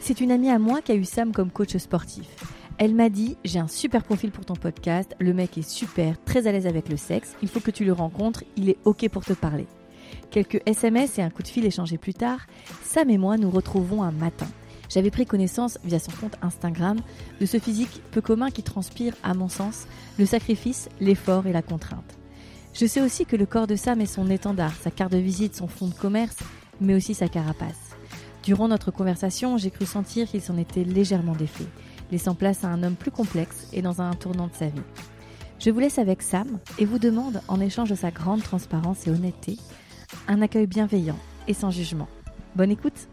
C'est une amie à moi qui a eu Sam comme coach sportif. Elle m'a dit J'ai un super profil pour ton podcast, le mec est super, très à l'aise avec le sexe, il faut que tu le rencontres, il est OK pour te parler. Quelques SMS et un coup de fil échangés plus tard, Sam et moi nous retrouvons un matin. J'avais pris connaissance, via son compte Instagram, de ce physique peu commun qui transpire, à mon sens, le sacrifice, l'effort et la contrainte. Je sais aussi que le corps de Sam est son étendard, sa carte de visite, son fonds de commerce, mais aussi sa carapace. Durant notre conversation, j'ai cru sentir qu'il s'en était légèrement défait, laissant place à un homme plus complexe et dans un tournant de sa vie. Je vous laisse avec Sam et vous demande, en échange de sa grande transparence et honnêteté, un accueil bienveillant et sans jugement. Bonne écoute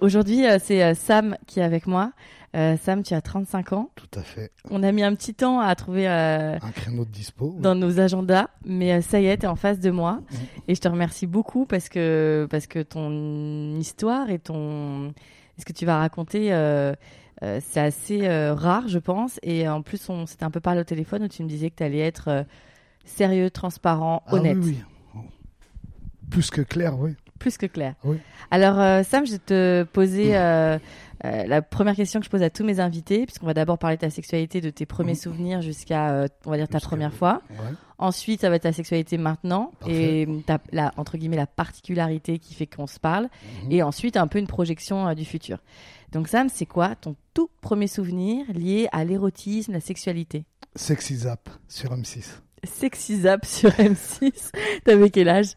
Aujourd'hui, euh, c'est euh, Sam qui est avec moi. Euh, Sam, tu as 35 ans. Tout à fait. On a mis un petit temps à trouver euh, Un créneau de dispo. dans nos agendas, mais euh, ça y est, tu es en face de moi. Mhm. Et je te remercie beaucoup parce que, parce que ton histoire et ton... ce que tu vas raconter, euh, euh, c'est assez euh, rare, je pense. Et en plus, on s'était un peu parlé au téléphone où tu me disais que tu allais être euh, sérieux, transparent, Ah oui, honnête. oui. Plus que clair, oui. Plus que clair. Ah Oui. Mm. Alors, euh, Sam, je vais te poser euh, euh, la première question que je pose à tous mes invités, puisqu'on va d'abord parler de ta sexualité, de tes premiers Mhm. souvenirs jusqu'à, euh, on va dire, ta Jusqu'à- première fois. Ouais. Ensuite, ça va être ta sexualité maintenant Parfait. et ta, la, entre guillemets, la particularité qui fait qu'on se parle. Mhm. Et ensuite, un peu une projection euh, du futur. Donc, Sam, c'est quoi ton tout premier souvenir lié à l'érotisme, la sexualité Sexy Zap sur M6. Sexy Zap sur M6. T'avais quel âge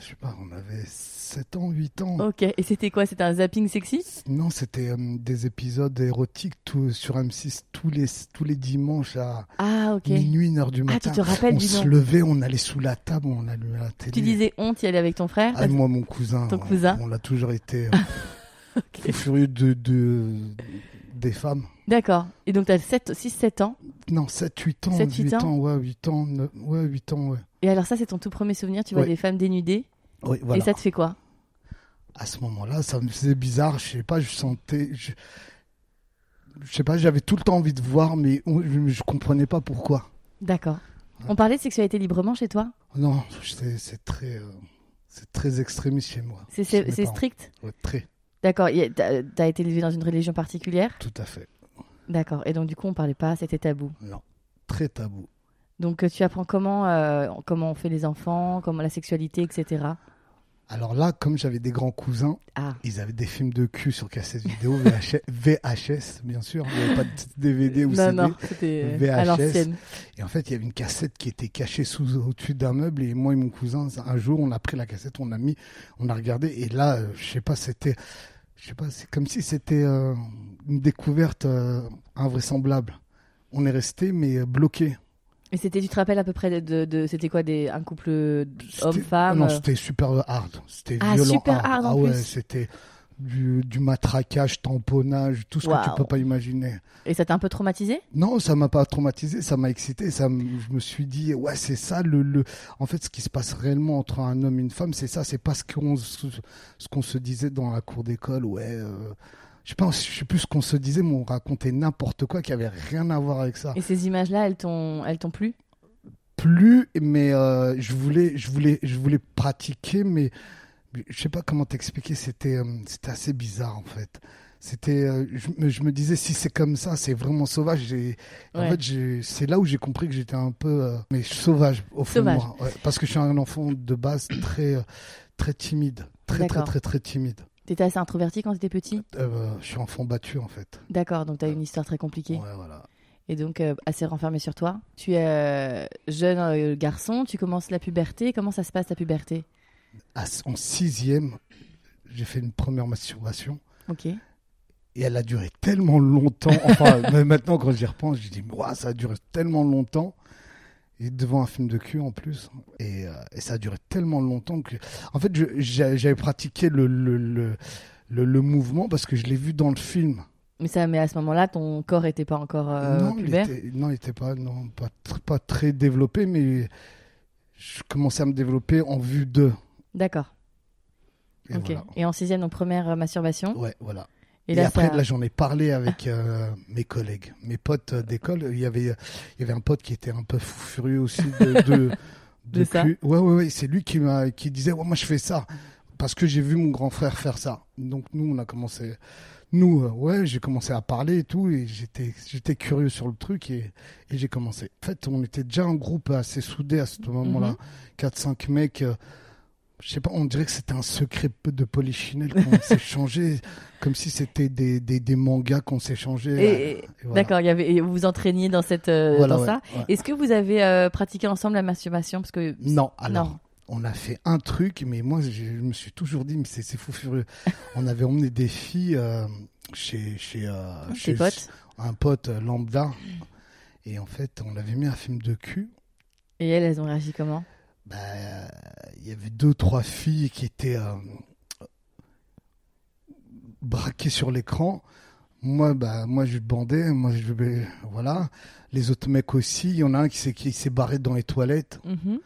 Je sais pas, on avait 7 ans, 8 ans. Ok. Et c'était quoi C'était un zapping sexy Non, c'était euh, des épisodes érotiques tout- sur M6 tous les, tous les dimanches à Ah, ok. minuit, une heure du Ah, matin. tu te rappelles on du se nom levait, on allait sous la table, on allumait la télé. Tu disais on, tu y allais avec ton frère Ah, moi, mon cousin. Ton on- cousin. On l'a toujours été euh, furieux de, de, des femmes. D'accord. Et donc, t'as 6-7 ans. Non, 7, 8 ans. 7, 8 8 ans. ans, ouais, 8 ans, neuf- ouais, 8 ans, ouais. Et alors, ça, c'est ton tout premier souvenir. Tu vois Ouais. des femmes dénudées. Oui, voilà. Et ça te fait quoi À ce moment-là, ça me faisait bizarre, je sais pas, je sentais. Je, je sais pas, j'avais tout le temps envie de voir, mais on- je, je comprenais pas pourquoi. D'accord. On parlait de sexualité librement chez toi Non, c'est c'est très. euh, C'est très extrémiste chez moi. C'est- chez C'est mes c'est parents. strict Ouais, très, D'accord. Et T'as t'as été élevé dans une religion particulière tout à fait. D'accord. Et donc, du coup, on parlait pas, c'était tabou. Non, très tabou. Donc, euh, tu apprends comment, euh, comment on fait les enfants, comment la sexualité, etc. Alors là, comme j'avais des grands cousins, Ah, ils avaient des films de cul sur cassette vidéo, VH VHS, bien sûr, il n'y avait pas de DVD ou non, CD. non, Bah, c'était euh, à VHS. l'ancienne. Et en fait, il y avait une cassette qui était cachée sous au-dessus d'un meuble. Et moi et mon cousin, un jour, on a pris la cassette, on l'a mis, on a regardé. Et là, euh, je sais pas, c'était, je sais pas, c'est comme si c'était euh, une découverte euh, invraisemblable. On est resté, mais euh, bloqué. Et c'était, tu te rappelles à peu près de. de- de- c'était quoi des, Un couple C'était- ah homme-femme Non, euh, c'était super hard. C'était Ah, violent. super hard en ah ouais, plus. c'était du, du matraquage, tamponnage, tout ce que tu Waouh. peux pas imaginer. Et ça t'a un peu traumatisé Non, ça m'a pas traumatisé, ça m'a excité, ça m- je me suis dit ouais, c'est ça le, le en fait ce qui se passe réellement entre un homme et une femme, c'est ça, c'est pas ce qu'on se- ce qu'on se disait dans la cour d'école, ouais, euh, je sais pas, je sais plus ce qu'on se disait, mais on racontait n'importe quoi qui avait rien à voir avec ça. Et ces images-là, elles t'ont elles t'ont plu Plus mais euh, je voulais je voulais je voulais pratiquer mais mais je sais pas comment t'expliquer, c'était euh, c'était assez bizarre en fait. C'était euh, je, me- je me disais si c'est comme ça, c'est vraiment sauvage et Et En Ouais. fait, j'ai- c'est là où j'ai compris que j'étais un peu euh, mais sauvage au fond Sauvage. de moi, Ouais, parce que je suis un enfant de base très euh, très timide, très très D'accord. très très timide. T'étais assez introverti quand t'étais petit Euh, je suis enfant battu en fait. D'accord, donc t'as une histoire très compliquée. Ouais, voilà. Et donc, euh, assez renfermé sur toi. Tu es euh, jeune euh, garçon, tu commences la puberté. Comment ça se passe ta puberté À- en sixième, j'ai fait une première masturbation Ok. et elle a duré tellement longtemps. Enfin, mais maintenant quand j'y repense, je dis Ouah, ça a duré tellement longtemps. et devant un film de cul en plus. Et, euh, et ça a duré tellement longtemps que, en fait, je- j'a- j'avais pratiqué le, le, le, le- le mouvement parce que je l'ai vu dans le film. Mais ça, mais à ce moment-là, ton corps était pas encore euh, non, il pubère. était, non, il était pas, non, pas, tr- pas très développé, mais je commençais à me développer en vue d'eux. D'accord. Et ok. voilà. Et en sixième, donc première euh, masturbation. Ouais, voilà. Et, Et, là, après, ça- là, j'en ai parlé avec euh, mes collègues, mes potes euh, d'école. Il y avait, il y avait un pote qui était un peu fou furieux aussi de, de, De ça. cul. Ouais, ouais, ouais. C'est lui qui m'a, qui disait, ouais, moi, je fais ça parce que j'ai vu mon grand frère faire ça. Donc nous, on a commencé, nous, euh, ouais, j'ai commencé à parler et tout, et j'étais, j'étais curieux sur le truc et, et j'ai commencé. En fait, on était déjà un groupe assez soudé à ce moment-là, Mhm. quatre, cinq mecs. euh, je sais pas, on dirait que c'était un secret de polichinelle qu'on s'échangeait, comme si c'était des, des, des mangas qu'on s'échangeait. Et- et- Et voilà. D'accord, il y avait, et vous vous entraîniez dans cette, euh, Voilà, dans ouais, ça. ouais. Est-ce que vous avez euh, pratiqué ensemble la masturbation Parce que Non, alors, Non. on a fait un truc, mais moi, je, je me suis toujours dit, mais c'est c'est fou furieux. on avait emmené des filles euh, chez, chez, euh, tes chez potes. Mm. un pote euh, lambda, et en fait, on avait mis un film de cul. Et elles, elles ont réagi comment Bah, Il y avait deux, trois filles qui étaient euh, braquées sur l'écran. Moi, bah, moi, je bandais, moi, je, voilà. Les autres mecs aussi. Il y en a un qui s'est- qui s'est barré dans les toilettes. Mhm.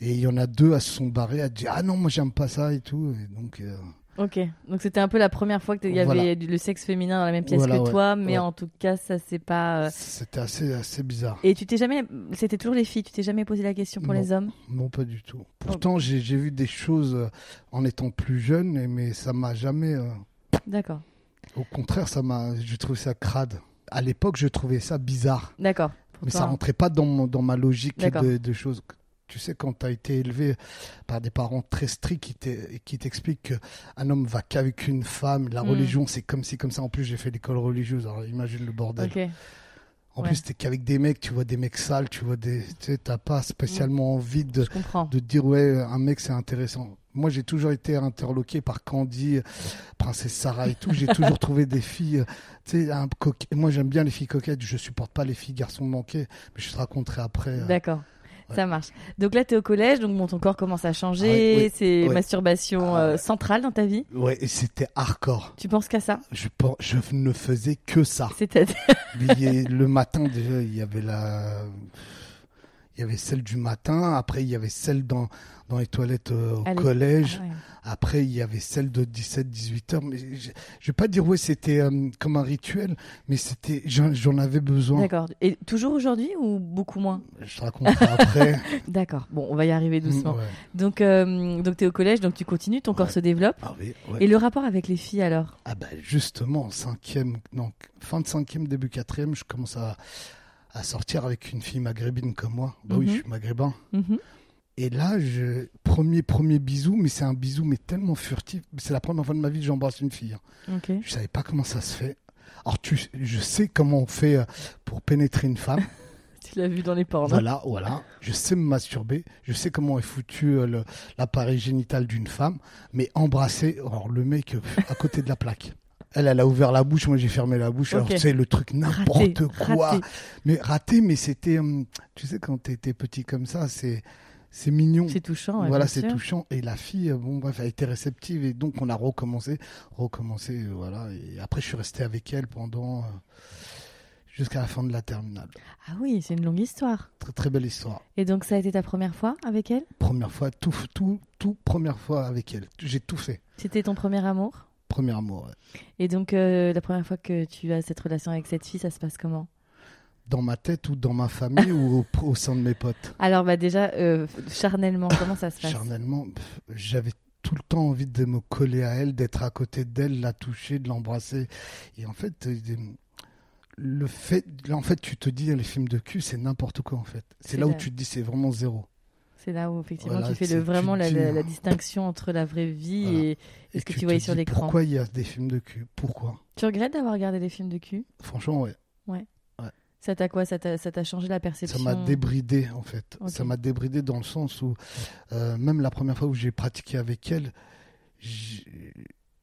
Et il y en a deux à se sont barrés, à dire Ah non, moi j'aime pas ça et tout. Et donc, euh, Ok, donc c'était un peu la première fois qu'il y avait Voilà. du- le sexe féminin dans la même pièce Voilà, que ouais, toi, mais ouais. en tout cas, ça c'est pas. euh, c'était assez, assez bizarre. Et tu t'es jamais, c'était toujours les filles, tu t'es jamais posé la question pour Non. les hommes Non, pas du tout. Pourtant, j'ai j'ai vu des choses euh, en étant plus jeune, et- mais ça m'a jamais. euh, D'accord, Au contraire, ça m'a. Je trouve ça crade. À l'époque, je trouvais ça bizarre. d'accord. Pour Mais toi, ça hein. rentrait pas dans, mon- dans ma logique D'accord. de, de choses. Tu sais, quand tu as été élevé par des parents très stricts qui t'e- qui t'expliquent qu'un homme va qu'avec une femme, la Mm. religion, c'est comme si, comme ça. En plus, j'ai fait l'école religieuse, alors imagine le bordel. Ok, En Ouais. plus, t'es qu'avec des mecs, tu vois des mecs sales, tu vois des, tu sais, t'as pas spécialement envie de, je comprends. de dire ouais, un mec c'est intéressant. Moi, j'ai toujours été interloqué par Candy, euh, Princesse Sarah et tout. J'ai toujours trouvé des filles, euh, tu sais, un coquet. Moi, j'aime bien les filles coquettes. Je supporte pas les filles garçons manqués, mais je te raconterai après. euh. D'accord. Ouais. Ça marche. Donc là, tu es au collège, donc bon, ton corps commence à changer, Ah ouais, oui, c'est ouais. masturbation Ah euh, ouais. centrale dans ta vie. Ouais, et c'était hardcore. Tu penses qu'à ça Je, pen- je ne faisais que ça. C'est-à-dire Il y a- le matin déjà il y avait la il y avait celle du matin après il y avait celle dans dans les toilettes euh, au Allez. collège Ah ouais. après il y avait celle de 17 18 heures mais je, je vais pas dire ouais c'était euh, comme un rituel mais c'était j'en j'en avais besoin D'accord. Et toujours aujourd'hui ou beaucoup moins je te raconterai après D'accord. Bon, on va y arriver doucement. Mm, ouais. Donc, euh, donc tu es au collège, donc tu continues, ton corps Ouais. se développe. Ah oui, ouais. Et le rapport avec les filles alors Ah bah justement, en cinquième, donc fin de cinquième, début quatrième, je commence à, à sortir avec une fille maghrébine comme moi. Bah oui, Mhm. je suis maghrébin. Mhm. Et là, je... premier, premier bisou, mais c'est un bisou, mais tellement furtif. C'est la première fois de ma vie que j'embrasse une fille. hein. Ok. Je savais pas comment ça se fait. Alors, tu... je sais comment on fait euh, pour pénétrer une femme. Tu l'as vu dans les pornos. voilà, voilà. Je sais me masturber. Je sais comment est foutu euh, le- l'appareil génital d'une femme. Mais embrasser, alors le mec euh, pff, à côté de la plaque. Elle, elle a ouvert la bouche, moi j'ai fermé la bouche. Alors, Ok. c'est le truc Raté, n'importe quoi. raté. Mais raté, mais c'était, hum, tu sais, quand t'étais petit comme ça, c'est, c'est mignon. C'est touchant. ouais, Voilà, bien c'est sûr. touchant. Et la fille, euh, bon, bref, elle était réceptive. Et donc, on a recommencé, recommencé, euh, voilà. Et après, je suis resté avec elle pendant, euh, jusqu'à la fin de la terminale. Ah oui, c'est une longue histoire. Très, très belle histoire. Et donc ça a été ta première fois avec elle Première fois, tout, tout, tout, première fois avec elle. J'ai tout fait. C'était ton premier amour Premier amour. ouais. Et donc euh, la première fois que tu as cette relation avec cette fille, ça se passe comment Dans ma tête ou dans ma famille ou au, au sein de mes potes. Alors bah déjà euh, charnellement, comment ça se passe Charnellement, pff, j'avais tout le temps envie de me coller à elle, d'être à côté d'elle, de la toucher, de l'embrasser. Et en fait, euh, le fait, là, en fait, tu te dis, les films de cul, c'est n'importe quoi, en fait. C'est C'est là où la- tu te dis, c'est vraiment zéro. C'est là où effectivement Voilà, tu fais c'est- le, tu vraiment la, dis, la- hein. la distinction entre la vraie vie Voilà. et... Et ce que tu tu voyais te sur dis, l'écran. Pourquoi il y a des films de cul Pourquoi Tu regrettes d'avoir regardé des films de cul Franchement, ouais. Ça t'a quoi Ça t'a ça t'a changé la Ça perception m'a débridé en fait. Ok. Ça m'a débridé dans le sens où euh, même la première fois où j'ai pratiqué avec elle, j'ai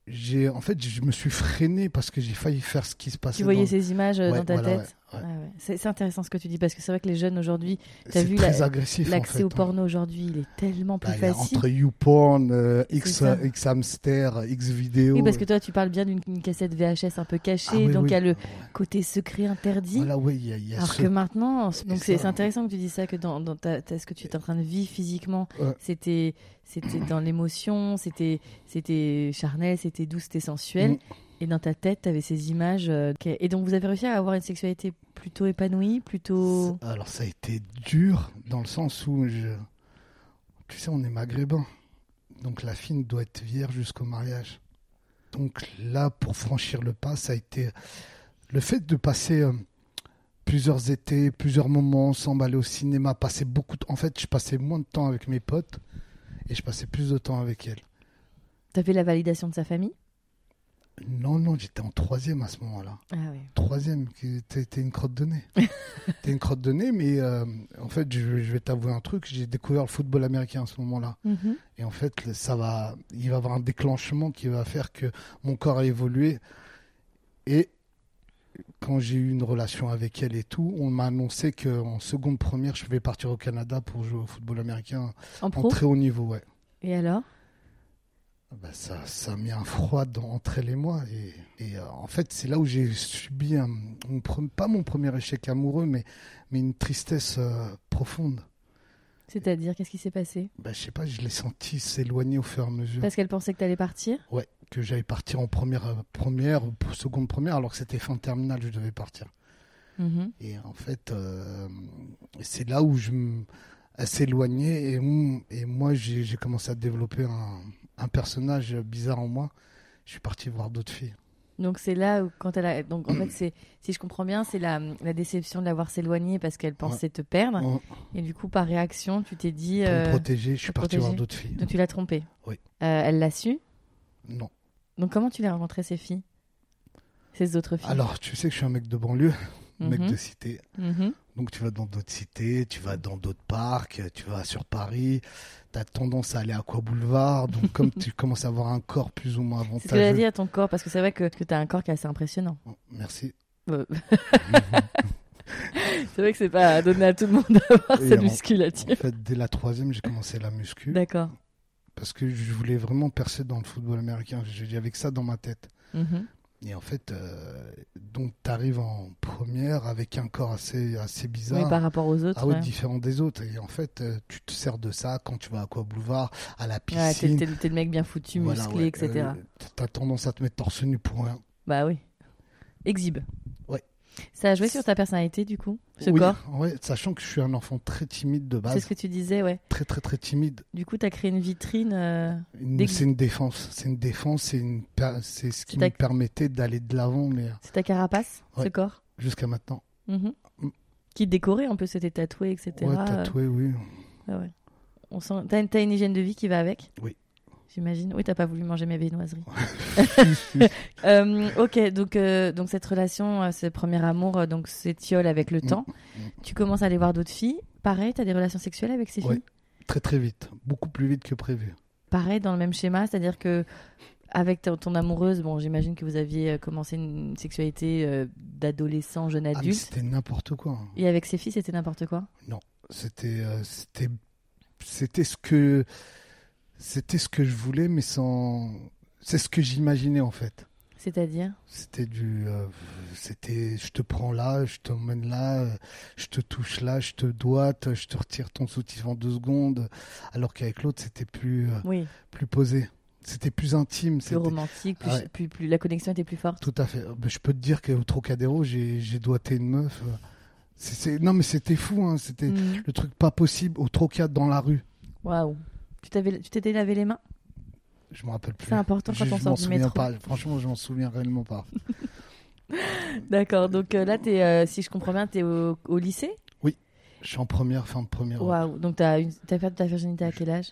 j'ai- en fait je me suis freiné parce que j'ai failli faire ce qui se passait. Tu voyais dans- ces images euh, Ouais, dans ta voilà, tête ouais. Ouais, ouais. C'est c'est intéressant ce que tu dis parce que c'est vrai que les jeunes aujourd'hui, t'as C'est vu très la- agressif. en l'accès fait, au hein. porno aujourd'hui, il est tellement plus Bah, il y a facile. entre YouPorn, euh, C'est X, ça. X Hamster, X Vidéo. Ah Oui, parce que toi, tu parles bien d'une une cassette VHS un peu cachée, donc à le côté secret interdit. Voilà, oui, il y a, il y a Alors ce- que maintenant, donc ça, c'est c'est ouais. intéressant que tu dis ça, que dans, dans ta, ta- ce que tu es en train de vivre physiquement, Ouais. c'était c'était dans l'émotion, c'était c'était charnel, c'était doux, c'était sensuel. Mm. Et dans ta tête, tu avais ces images. euh, qui- Et donc, vous avez réussi à avoir une sexualité plutôt épanouie, plutôt. Alors ça a été dur dans le sens où je... tu sais on est maghrébin donc la fille doit être vierge jusqu'au mariage. Donc là pour franchir le pas ça a été le fait de passer euh, plusieurs étés, plusieurs moments sans aller au cinéma, passer beaucoup de... en fait je passais moins de temps avec mes potes et je passais plus de temps avec elle. Tu avais la validation de sa famille Non non j'étais en troisième à ce moment-là. Ah oui. Troisième, qui- t'es t'es une crotte de nez. t'es une crotte de nez, mais euh, en fait, je, je vais t'avouer un truc. J'ai découvert le football américain à ce moment-là. Mm-hmm. Et en fait, le- ça va, il va y avoir un déclenchement qui va faire que mon corps a évolué. Et quand j'ai eu une relation avec elle et tout, on m'a annoncé qu'en seconde première, je vais partir au Canada pour jouer au football américain En en pro très haut niveau. Ouais. Et alors Bah, ça, ça a mis un froid dans- entre elle et moi. Et, et, euh, en fait, c'est là où j'ai subi, un- mon pre- pas mon premier échec amoureux, mais, mais une tristesse euh, profonde. C'est-à-dire, qu'est-ce qui s'est passé Bah, je sais pas, je l'ai senti s'éloigner au fur et à mesure. Parce qu'elle pensait que tu allais partir Ouais, que j'allais partir en première, euh, première ou pour- seconde première, alors que c'était fin terminale, je devais partir. Mhm. Et en fait, euh, c'est là où je me- elle s'éloignait et, m- et moi, j'ai j'ai commencé à développer un, un personnage bizarre en moi. Je suis parti voir d'autres filles. Donc c'est là où quand elle a donc en fait c'est si je comprends bien c'est la, la déception de l'avoir s'éloigné parce qu'elle pensait te perdre En- et du coup par réaction tu t'es dit Pour me euh, protéger, je suis te parti voir protéger. d'autres filles. donc tu l'as trompée. Oui. Euh, elle l'a su. Non. Donc comment tu l'as rencontré ces filles ces autres filles. Alors, tu sais que je suis un mec de banlieue, un mec Mhm. de cité. Mhm. Donc, tu vas dans d'autres cités, tu vas dans d'autres parcs, tu vas sur Paris. Tu as tendance à aller à Aqua Boulevard. Donc, comme tu commences à avoir un corps plus ou moins C'est ce que j'allais avantageux. dire à ton corps parce que c'est vrai que, que tu as un corps qui est assez impressionnant. Oh, Merci. Euh, c'est vrai que c'est pas donné à tout le monde d'avoir Et cette en- En musculature. fait, dès la troisième, j'ai commencé la muscu. D'accord. Parce que je voulais vraiment percer dans le football américain. J'ai- J'avais que ça dans ma tête. Mhm. Et en fait, euh, donc, tu arrives en première avec un corps assez, assez bizarre. Oui par rapport aux autres. Ah ouais, ouais. différent des autres. Et en fait, euh, tu te sers de ça quand tu vas à quoi boulevard, à la Ouais, t'es piscine. t'es- t'es le mec bien foutu, Voilà, musclé, ouais. etc. Euh, T'as tendance à te mettre torse nu pour rien. Bah oui. Exhibe. Ouais. Ça a joué sur ta personnalité, du coup, ce Oui, bah corps ouais, sachant que je suis un enfant très timide de C'est base, ce que tu disais, ouais. très très très timide. Du coup, t'as créé une vitrine. euh, Une- Dès que- C'est une défense, c'est une défense, c'est une per- c'est ce qui C'est me ta- permettait d'aller de l'avant, mais euh, C'est ta carapace, ce Ouais. corps jusqu'à maintenant. Mhm. Mm. Qui te décorait un peu, c'était tatoué, etc. Ouais, tatoué, oui. Euh, ouais, ouais. On sent... T'as une, t'as une hygiène de vie qui va avec Oui. J'imagine. Oui, t'as pas voulu manger mes viennoiseries. Euh, ok, donc, euh, donc cette relation, euh, ce premier amour, euh, donc s'étiole avec le Mm, temps. mm. Tu commences à aller voir d'autres filles. Pareil, t'as des relations sexuelles avec ces Ouais. filles très très vite, beaucoup plus vite que prévu. Ah, pareil dans le même schéma, c'est-à-dire que avec ton, ton amoureuse, bon, j'imagine que vous aviez euh, commencé une sexualité euh, d'adolescent, jeune Ah, mais adulte, C'était n'importe quoi. et avec ses filles, c'était n'importe quoi. c'était euh, c'était c'était ce que c'était ce que je voulais mais sans c'est ce que j'imaginais en fait C'est-à-dire, c'était du euh, c'était je te prends là je t'emmène là euh, je te touche là je te doite je te retire ton soutif en deux secondes alors qu'avec l'autre c'était plus euh, oui, plus posé c'était plus intime plus c'était romantique, plus, Ah ouais. plus- plus- la connexion était plus forte. tout à fait Euh, ben, je peux te dire qu'au Trocadéro j'ai j'ai doigté une meuf euh, c'est- c'est- non mais c'était fou hein, c'était Mhm. le truc pas possible au Trocadéro dans la rue Waouh. Tu t'avais- tu t'étais lavé les mains Je me rappelle plus. C'est important quand Je- on je sort m'en du souviens métro. Pas. Franchement, je m'en souviens réellement pas. D'accord, donc euh, là, t'es, euh, si je comprends bien, tu es au, au lycée Je suis en première, fin de première. Waouh, donc tu as, perdu ta virginité à quel âge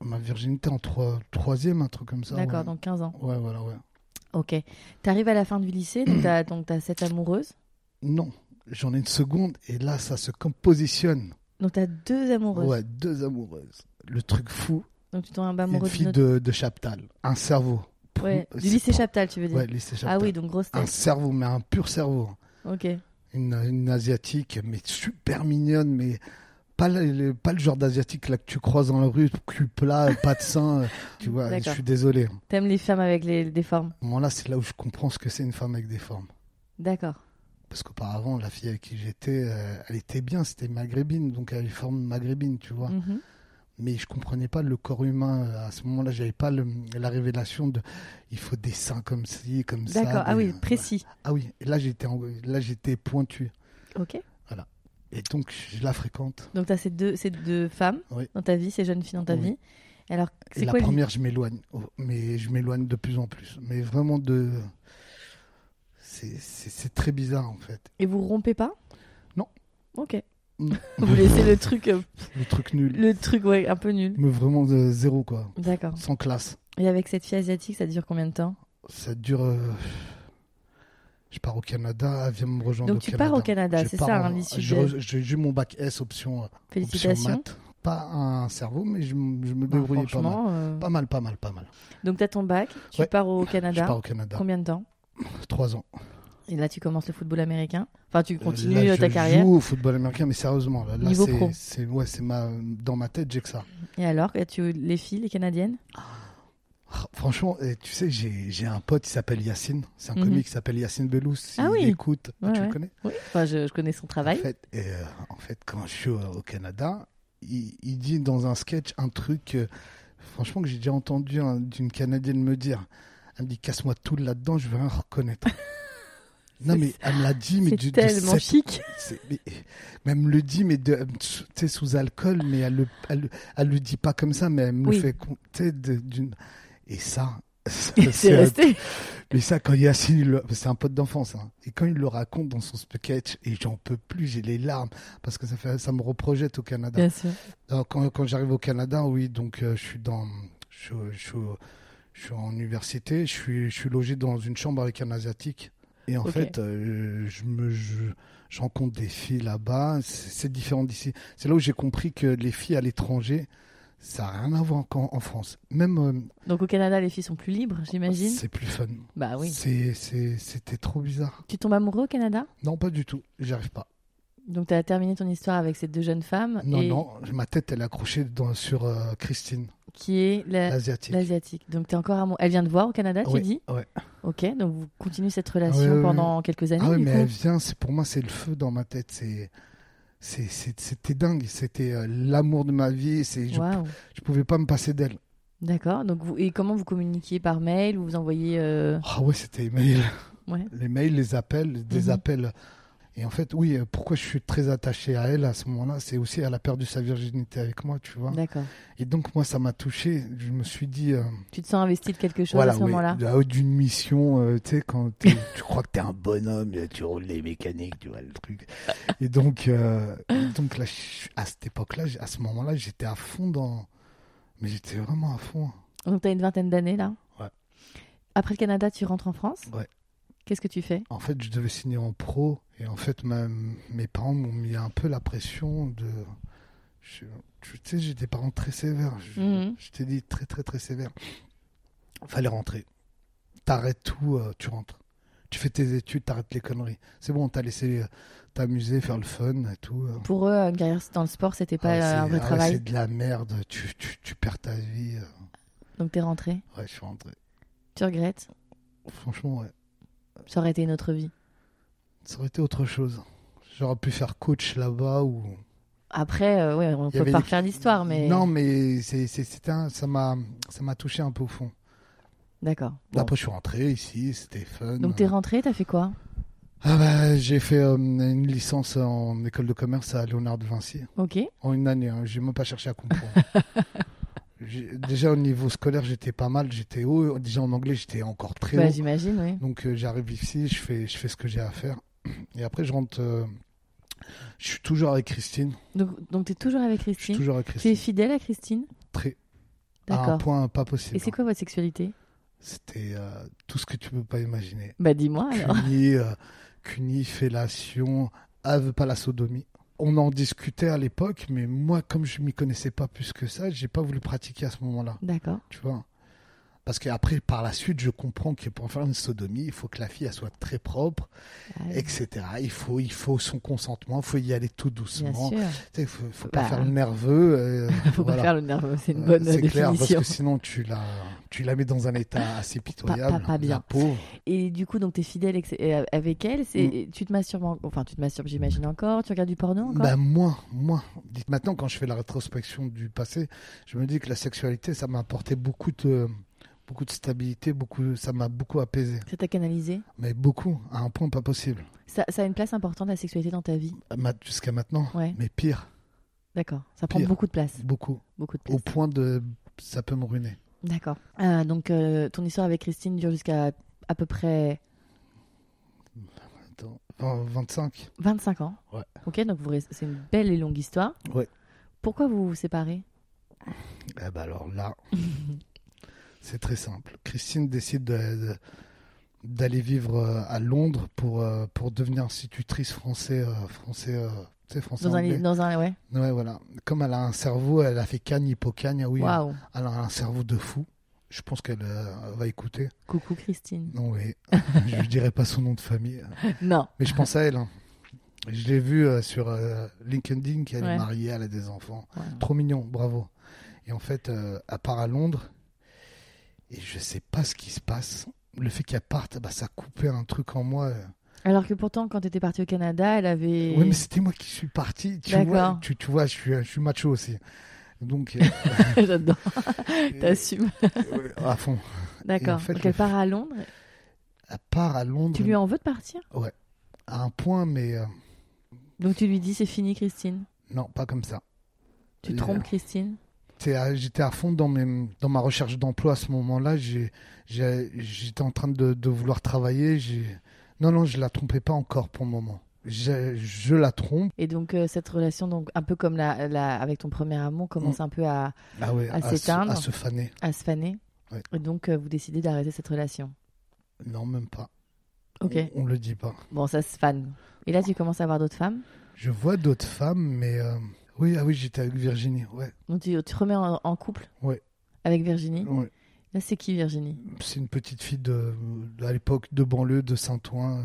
Ma virginité en trois, troisième, un truc comme ça. D'accord, ouais. donc 15 ans. Ouais, voilà, ouais. Ok. Tu arrives à la fin du lycée, donc t'as- donc tu as cette amoureuse. Non, j'en ai une seconde et là, ça se compositionne. Donc tu as deux amoureuses. Ouais, deux amoureuses. Le truc fou, Donc tu tombes un bas une amoureux d'une fille autre. de, de Chaptal, un cerveau. Ouais, Pou- du c'est lycée pas- Chaptal, tu veux dire Ouais, lycée Chaptal. Ah. Ah oui, donc grosse Un tête. cerveau, mais un pur cerveau. Ok. une, une asiatique, mais super mignonne, mais pas le, pas le genre d'asiatique là que tu croises dans la rue, cul plat, pas de sein, euh, tu vois, je Mm, D'accord. suis désolé. T'aimes les femmes avec les, des formes. Moi là, c'est là où je comprends ce que c'est une femme avec des formes. D'accord. Parce qu'auparavant, la fille avec qui j'étais, euh, elle était bien, c'était maghrébine, donc elle avait une forme maghrébine, tu vois. Mhm. Mais je comprenais pas le corps humain. euh, À ce moment-là, j'avais pas le- la révélation de il faut des seins comme ci, comme ça. D'accord. Ah des- oui, précis. Ah oui, et là j'étais en- là j'étais pointu. Ok. Et donc je la fréquente. Donc t'as ces deux, ces deux femmes Oui. dans ta vie, ces jeunes filles dans ta Oui. vie. Et Alors Et c'est la quoi l'idée première, je m'éloigne, Oh, mais je m'éloigne de plus en plus. Mais vraiment de c'est- c'est c'est très bizarre en fait. Et vous rompez pas Non. Ok. Non. vous laissez le truc, euh, Le truc nul. le truc ouais, un peu nul. Mais vraiment de zéro quoi, D'accord. sans classe. Et avec cette fille asiatique, ça dure combien de temps Ça dure. euh, Je pars au Canada, elle vient me rejoindre Donc au tu Canada. pars au Canada, Je c'est pars ça, en- hein, l'issue je de- re- J'ai eu mon bac S option, euh, option Félicitations. maths. Pas un cerveau, mais je, m- je me Bah, débrouillais pas mal. franchement, euh, Pas mal, pas mal, pas mal. donc t'as ton bac, tu Ouais. pars au Je Canada. pars au Canada. Combien de temps Trois ans. Et là, tu commences le football américain. Enfin, tu continues Là, euh, ta je carrière. joue au football américain, mais sérieusement, là, là, Niveau c'est- pro. c'est ouais, c'est ma dans ma tête, j'ai que ça. Et alors, et tu les filles, les canadiennes Ah, Franchement, eh, tu sais, j'ai j'ai un pote qui s'appelle Yacine. C'est un Mhm. comique qui s'appelle Yacine Belous. Si Ah oui. écoute, Ouais, ouais. tu Ah, bah le connais. Oui. Enfin, je, je connais son travail. En fait, et, euh, en fait, quand je suis au, au Canada, il, il dit dans un sketch un truc, euh, franchement, que j'ai déjà entendu un- d'une Canadienne me dire. Elle me dit, casse-moi tout là-dedans, je veux rien reconnaître. non, mais elle me l'a dit, mais C'est du, de tellement cette- chic. c'est- mais- mais elle me le dit, mais de, tu sais, sous alcool, mais elle le, elle, elle le dit pas comme ça, mais elle me Oui. le fait compter de- d'une. Et ça. C'est resté. Mais ça, quand Yacine, il le- c'est un pote d'enfance, hein. et quand il le raconte dans son sketch, et j'en peux plus, j'ai les larmes, parce que ça, fait, ça me reprojette au Canada. Bien sûr. Alors, Euh, quand quand j'arrive au Canada, oui, donc euh, je suis dans. Je, suis au- je suis au- je suis en université, je suis, je suis logé dans une chambre avec un Asiatique. Et en Ok. fait, euh, je, me, je, je rencontre des filles là-bas, c'est c'est différent d'ici. C'est là où j'ai compris que les filles à l'étranger, ça n'a rien à voir qu'en- en, France. Même, euh, Donc au Canada, les filles sont plus libres, j'imagine. c'est plus fun. Bah oui. C'est- c'est- C'était trop bizarre. Tu tombes amoureux au Canada Non, pas du tout. J'y arrive pas. Donc, Donc, tu as terminé ton histoire avec ces deux jeunes femmes. non, et- non, ma tête, elle est accrochée dans- sur euh, Christine, Qui est la- l'asiatique. Euh, Ah l'asiatique. Donc, tu es encore amoureux. Elle vient te voir au Canada, tu Oui, Ah dis ouais. Ok, donc vous continuez cette relation Ouais, ouais, ouais. pendant quelques années. Ah ouais, du mais coup. elle vient, c'est pour moi, c'est le feu dans ma tête. C'est, c'est, c'est- c'était dingue. C'était euh, l'amour de ma vie. C'est, je, Waouh. je pouvais pas me passer d'elle. D'accord. Donc, vous... et comment vous communiquiez par mail ou vous envoyez. euh, Ah ouais, c'était les mails, Ouais. les mails, les appels, des Mhm. appels. Et en fait, oui, euh, pourquoi je suis très attaché à elle à ce moment-là, c'est aussi elle a perdu sa virginité avec moi, tu vois. D'accord. Et donc moi, ça m'a touché. Je me suis dit, euh, Tu te sens investi de quelque chose voilà, à ce ouais, moment-là là, d'une mission, euh, tu sais, quand t'es- tu crois que t'es un bonhomme, là, tu roules les mécaniques, tu vois le truc. Et donc, euh, et donc là, je- à cette époque-là, j'ai- à ce moment-là, j'étais à fond dans, mais j'étais vraiment à fond. Donc, tu as une vingtaine d'années là Ouais. Après le Canada, tu rentres en France Ouais. Qu'est-ce que tu fais En fait, je devais signer en pro, et en fait, ma- mes parents m'ont mis un peu la pression de, je- tu tu sais, j'ai des parents très sévères. Je, Mhm. je t'ai dit très très très sévères. Fallait rentrer. T'arrêtes tout, euh, tu rentres. Tu fais tes études, t'arrêtes les conneries. C'est bon, t'as laissé euh, t'amuser, faire le fun et tout. euh. Pour eux, une carrière dans le sport, c'était pas Ah, euh, c'est- un vrai ah ouais, travail. c'est de la merde. Tu, tu, tu perds ta vie. euh. Donc, tu es rentré. Ouais, je suis rentré. Tu regrettes Franchement, ouais. Ça aurait été une autre vie. Ça aurait été autre chose. J'aurais pu faire coach là-bas ou. Après, euh, ouais, on Il y peut avait pas des- refaire l'histoire, mais. Non, mais c'est, c'est, c'était un- ça m'a, ça m'a touché un peu au fond. D'accord. Bon. Après, je suis rentré ici, c'était fun. Donc, t'es rentré, t'as fait quoi Ah bah, j'ai fait euh, une licence en école de commerce à Léonard de Vinci Ok. en une année. hein. J'ai même pas cherché à comprendre. J'ai- déjà au niveau scolaire, j'étais pas mal, j'étais haut. Déjà en anglais, j'étais encore très Bah, haut. j'imagine, oui. Donc euh, j'arrive ici, je fais, je fais ce que j'ai à faire. Et après, je rentre. euh, je suis toujours avec Christine. Donc, donc t'es toujours avec Je suis Christine toujours avec Tu es Christine. fidèle à Christine Très, Ah, à un D'accord. point pas Et possible. hein. c'est quoi votre sexualité C'était euh, tout ce que tu peux pas imaginer. Bah, dis-moi alors. Cuny, euh, cuny, fellation, ave, pas la sodomie. On en discutait à l'époque, mais moi, comme je m'y connaissais pas plus que ça, j'ai pas voulu pratiquer à ce moment-là. D'accord. Tu vois, Parce qu'après, par la suite, je comprends que pour faire une sodomie, il faut que la fille elle soit très propre, Ah oui. etc. Il faut, il faut son consentement, il faut y aller tout Bien doucement. sûr. Tu sais, Il faut, faut pas Bah. faire le nerveux. euh, Faut voilà. pas faire le nerveux, c'est une Euh, bonne C'est définition. clair, parce que sinon, tu la, tu la mets dans un état assez pitoyable. pas- pas bien. La pauvre. Et du coup, donc t'es fidèle ex- euh, avec elle, c'est et Mm. tu te masturbes, en- enfin tu te masturbes, j'imagine encore. Tu regardes du porno encore. Bah, moins, moins. Dites maintenant, quand je fais la rétrospection du passé, je me dis que la sexualité, ça m'a apporté beaucoup de, beaucoup de stabilité, beaucoup, ça m'a beaucoup apaisé. Ça t'a canalisé. Mais beaucoup, à un point pas possible. Ça, ça a une place importante la sexualité dans ta vie. Ma- Jusqu'à maintenant. Ouais. Mais pire, D'accord. Ça prend Pire. beaucoup de place. beaucoup. Beaucoup de Au place. point de. Ça peut me ruiner. D'accord. Euh, donc euh, ton histoire avec Christine dure jusqu'à à peu près Attends, vingt- 25 25 ans. Ouais. Ok, donc vous restez- c'est une belle et longue histoire. Ouais. Pourquoi vous vous séparez Eh ben alors là, c'est très simple. Christine décide de- de- d'aller vivre euh, à Londres pour, euh, pour devenir institutrice français. euh, français euh, tu sais, français dans un, anglais. dans un ouais. Ouais, voilà. Comme elle a un cerveau, elle a fait cagne, hippocagne. Oui, Waouh. elle a un cerveau de fou. Je pense qu'elle euh, va écouter. Coucou Christine. Non, oui. je ne dirai pas son nom de famille. non. Mais je pense à elle. hein. Je l'ai vue euh, sur euh, LinkedIn qu'elle Ouais. est mariée, elle a des enfants. Ouais. Trop mignon, bravo. Et en fait, euh, elle part à Londres. Et je sais pas ce qui se passe. Le fait qu'elle parte, bah, ça coupait un truc en moi. Alors que pourtant, quand t'étais partie au Canada, elle avait. Oui, mais c'était moi qui suis parti. Tu vois, D'accord. tu, tu vois je, suis, je suis macho aussi. Donc, euh, J'adore. T'assumes. ouais, à fond. D'accord. en fait, donc le- elle part à Londres. Elle part à Londres Tu lui en veux de partir à un point, mais euh, Donc tu lui dis c'est fini Christine. non, pas comme ça. Tu Euh, trompes Christine. T'es à- J'étais à fond dans, mes, dans ma recherche d'emploi à ce moment-là. J'ai- j'ai- J'étais en train de, de vouloir travailler. j'ai- Non, non, je la trompais pas encore pour le moment. Je, je la trompe. Et donc euh, cette relation, donc un peu comme la, la- avec ton premier amour, commence un peu à, Ah ouais, À à, se, s'éteindre. à se faner. à se faner. Ouais. Et donc euh, vous décidez d'arrêter cette relation. Non, même pas. Ok. On, on le dit pas. Bon, ça se fane. Et là tu commences à voir d'autres femmes. Je vois d'autres femmes, mais euh, oui, ah oui, j'étais avec Virginie. Ouais, Donc tu, tu te remets en, en couple. Ouais. Avec Virginie. ouais. Là c'est qui Virginie C'est une petite fille de, à l'époque de banlieue de Saint-Ouen, euh,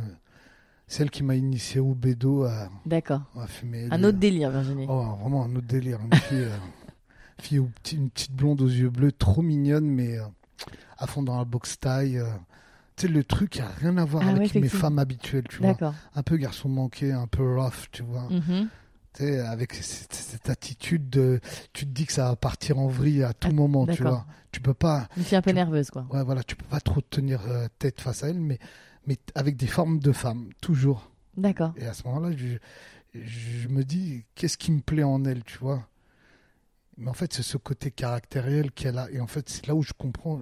celle qui m'a initié au bédo à, D'accord. à fumer. Un le- autre délire Virginie. Ah, Oh, vraiment un autre délire. Une fille, euh, fille aux petits- une petite blonde aux yeux bleus, trop mignonne, mais euh, à fond dans la box taille. euh. tu sais, le truc qui a rien à voir Ah ouais, avec mes effectivement. femmes habituelles, tu vois. D'accord. Un peu garçon manqué, un peu rough, tu vois. Mhm. Tu sais, avec cette, cette attitude de. Tu te dis que ça va partir en vrille à tout Ah, moment, tu d'accord. vois. Tu peux pas. Une fille un peu Tu- nerveuse quoi. Ouais, voilà, tu peux pas trop te tenir euh, tête face à elle, mais, mais t- avec des formes de femmes, toujours. D'accord. Et à ce moment-là, je, je me dis, qu'est-ce qui me plaît en elle, tu vois Mais en fait, c'est ce côté caractériel qu'elle a. Et en fait, c'est là où je comprends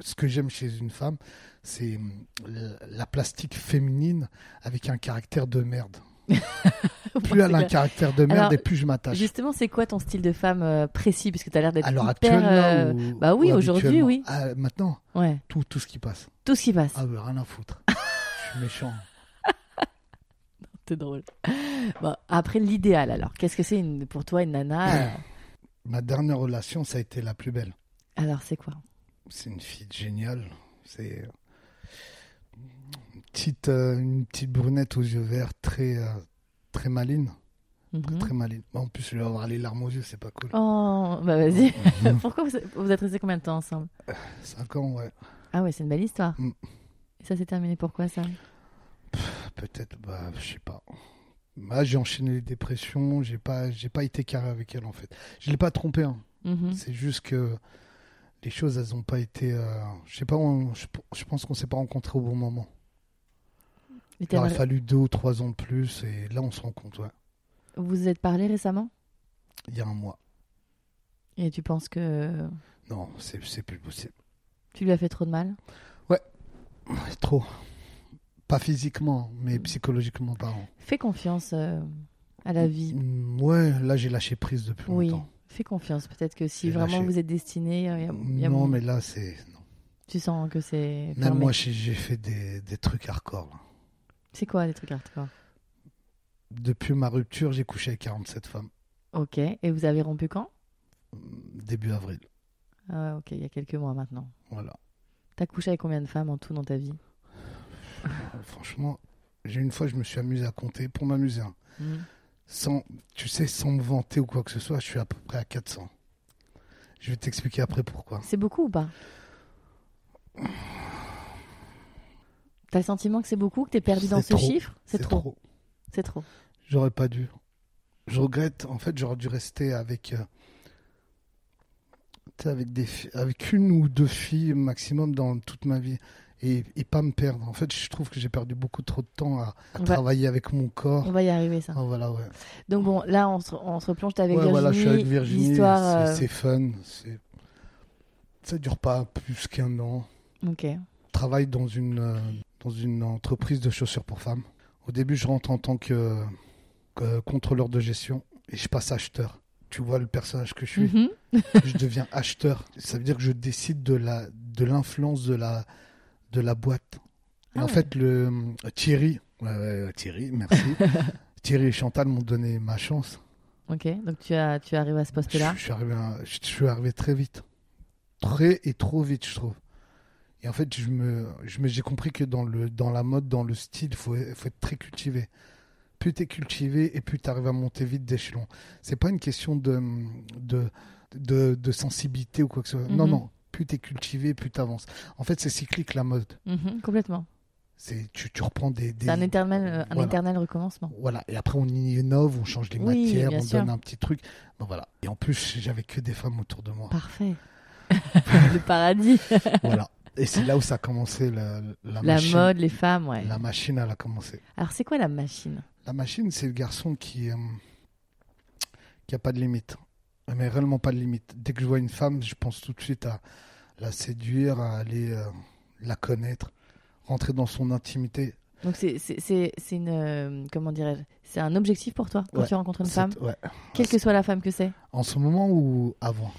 ce que j'aime chez une femme, c'est hum, la la plastique féminine avec un caractère de merde. Plus elle a un caractère de merde Alors, et plus je m'attache. Justement, c'est quoi ton style de femme euh, précis Parce que tu as l'air d'être Alors hyper... actuellement, euh, ou- bah oui, ou aujourd'hui, habituellement oui. Ah, maintenant, Ouais, tout, tout ce qui passe. tout ce qui passe. Ah ouais, rien à foutre. Je suis méchant. C'est drôle. Bon, après, l'idéal, alors. Qu'est-ce que c'est une- pour toi une nana euh, Ma dernière relation, ça a été la plus belle. Alors, c'est quoi C'est une fille géniale. C'est euh, une petite, euh, une petite brunette aux yeux verts, très, euh, très maline, Mhm. très maline. Bah, En plus, je vais avoir les larmes aux yeux, c'est pas cool. Oh, bah vas-y. Pourquoi vous, vous êtes restés combien de temps ensemble Cinq ans, ouais. Ah ouais, c'est une belle histoire. Mm. Et ça s'est terminé pourquoi, ça Peut-être, bah, je sais pas. Bah, j'ai enchaîné les dépressions. J'ai pas, j'ai pas été carré avec elle en fait. Je l'ai pas trompé. hein. Mhm. C'est juste que les choses, elles ont pas été. euh, je sais pas. on- je, je pense qu'on s'est pas rencontrés au bon moment. Et Il t'as- aurait fallu deux ou trois ans de plus et là on se rend compte, ouais. Vous vous êtes parlé récemment Il y a un mois. Et tu penses que euh, Non, c'est c'est plus possible. tu lui as fait trop de mal Ouais, Trop. Pas physiquement, mais psychologiquement parlant. Fais confiance euh, à la vie. Mm, Ouais, là j'ai lâché prise depuis Oui, longtemps. fais confiance. Peut-être que si J'ai vraiment lâché. vous êtes destiné, euh, y a- y a- Non, mais là c'est. non. tu sens que c'est. Même fermé. moi j'ai j'ai fait des, des trucs hardcore. là. C'est quoi des trucs hardcore Depuis ma rupture, j'ai couché avec 47 femmes. Ok. Et vous avez rompu quand Mm, Début avril. Ah ouais, ok, il y a quelques mois maintenant. Voilà. T'as couché avec combien de femmes en tout dans ta vie Euh, Franchement, j'ai une fois, je me suis amusé à compter pour m'amuser. hein. Hmm. Sans, tu sais, sans me vanter ou quoi que ce soit, je suis à peu près à 400. Je vais t'expliquer après pourquoi. C'est beaucoup ou pas T'as le sentiment que c'est beaucoup, que t'es perdu dans ce C'est trop. chiffre C'est trop. C'est trop. J'aurais pas dû. Je regrette. En fait, j'aurais dû rester avec, euh, tu sais, avec des, fi- avec une ou deux filles maximum dans toute ma vie et, et pas me perdre. En fait, je trouve que j'ai perdu beaucoup trop de temps à, à On va- travailler avec mon corps. On va y arriver ça. Ah, voilà, ouais. Donc bon, là on se, on se replonge, t'es avec ouais, Virginie. voilà, je suis avec Virginie. L'histoire. c'est- euh, C'est fun. C'est, ça dure pas plus qu'un an. Ok. Je travaille dans une euh, dans une entreprise de chaussures pour femmes. Au début, je rentre en tant que, que contrôleur de gestion et je passe acheteur. Tu vois le personnage que je suis. Mhm. je deviens acheteur. Ça veut dire que je décide de la de l'influence de la de la boîte. Et Ah en ouais. fait, le euh, Thierry, ouais, ouais, Thierry, merci. Thierry et Chantal m'ont donné ma chance. Ok. Donc tu as tu arrives à ce Je, poste-là. je suis arrivé, à- je, je suis arrivé très vite, très et trop vite, je trouve. Et en fait, je me, je me, j'ai compris que dans le, dans la mode, dans le style, faut, faut être très cultivé. Plus t'es cultivé et plus t'arrives à monter vite d'échelon. C'est pas une question de, de, de, de sensibilité ou quoi que ce soit. Non, Mhm. non. Plus t'es cultivé, plus t'avances. En fait, c'est cyclique la mode. Mhm, Complètement. C'est, tu, tu reprends des, des- C'est un éternel euh, un Voilà. éternel recommencement. voilà, et après on y innove, on change les Oui, matières, bien on sûr. donne un petit truc. Donc voilà. Et en plus, j'avais que des femmes autour de moi. Parfait. le paradis. voilà. Et c'est là où ça a commencé la, la La Ah, machine. mode, les femmes, ouais. La machine, elle a commencé. Alors c'est quoi la machine La machine, c'est le garçon qui euh, qui a pas de limite, mais réellement pas de limite. Dès que je vois une femme, je pense tout de suite à la séduire, à aller euh, la connaître, rentrer dans son intimité. Donc c'est c'est- c'est c'est une euh, comment dirais-je C'est un objectif pour toi quand Ouais. tu rencontres une femme, C'est- ouais. quelle que soit la femme que c'est. En ce moment ou avant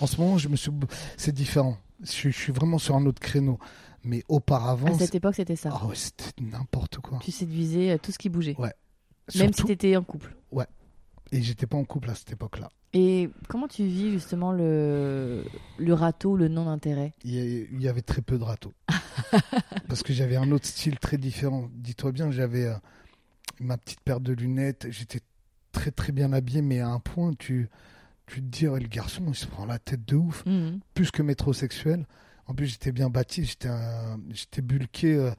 En ce moment, je me suis, c'est différent. Je, suis- je suis vraiment sur un autre créneau. Mais auparavant, À cette c'est- époque, c'était ça. Ah ouais, c'était n'importe quoi. Tu séduisais euh, tout ce qui bougeait, Ouais. même si Surtout- t'étais en couple. Et j'étais pas en couple à cette époque-là. Et comment tu vis justement le, le râteau, le non-intérêt il y, a- il y avait très peu de râteaux. Parce que j'avais un autre style très différent. Dis-toi bien, j'avais euh, ma petite paire de lunettes, j'étais très très bien habillé, mais à un point, tu, tu te dis, Ouais, le garçon, il se prend la tête de ouf, Mhm. plus que métrosexuel. En plus, j'étais bien bâti, j'étais un- j'étais bulqué, euh,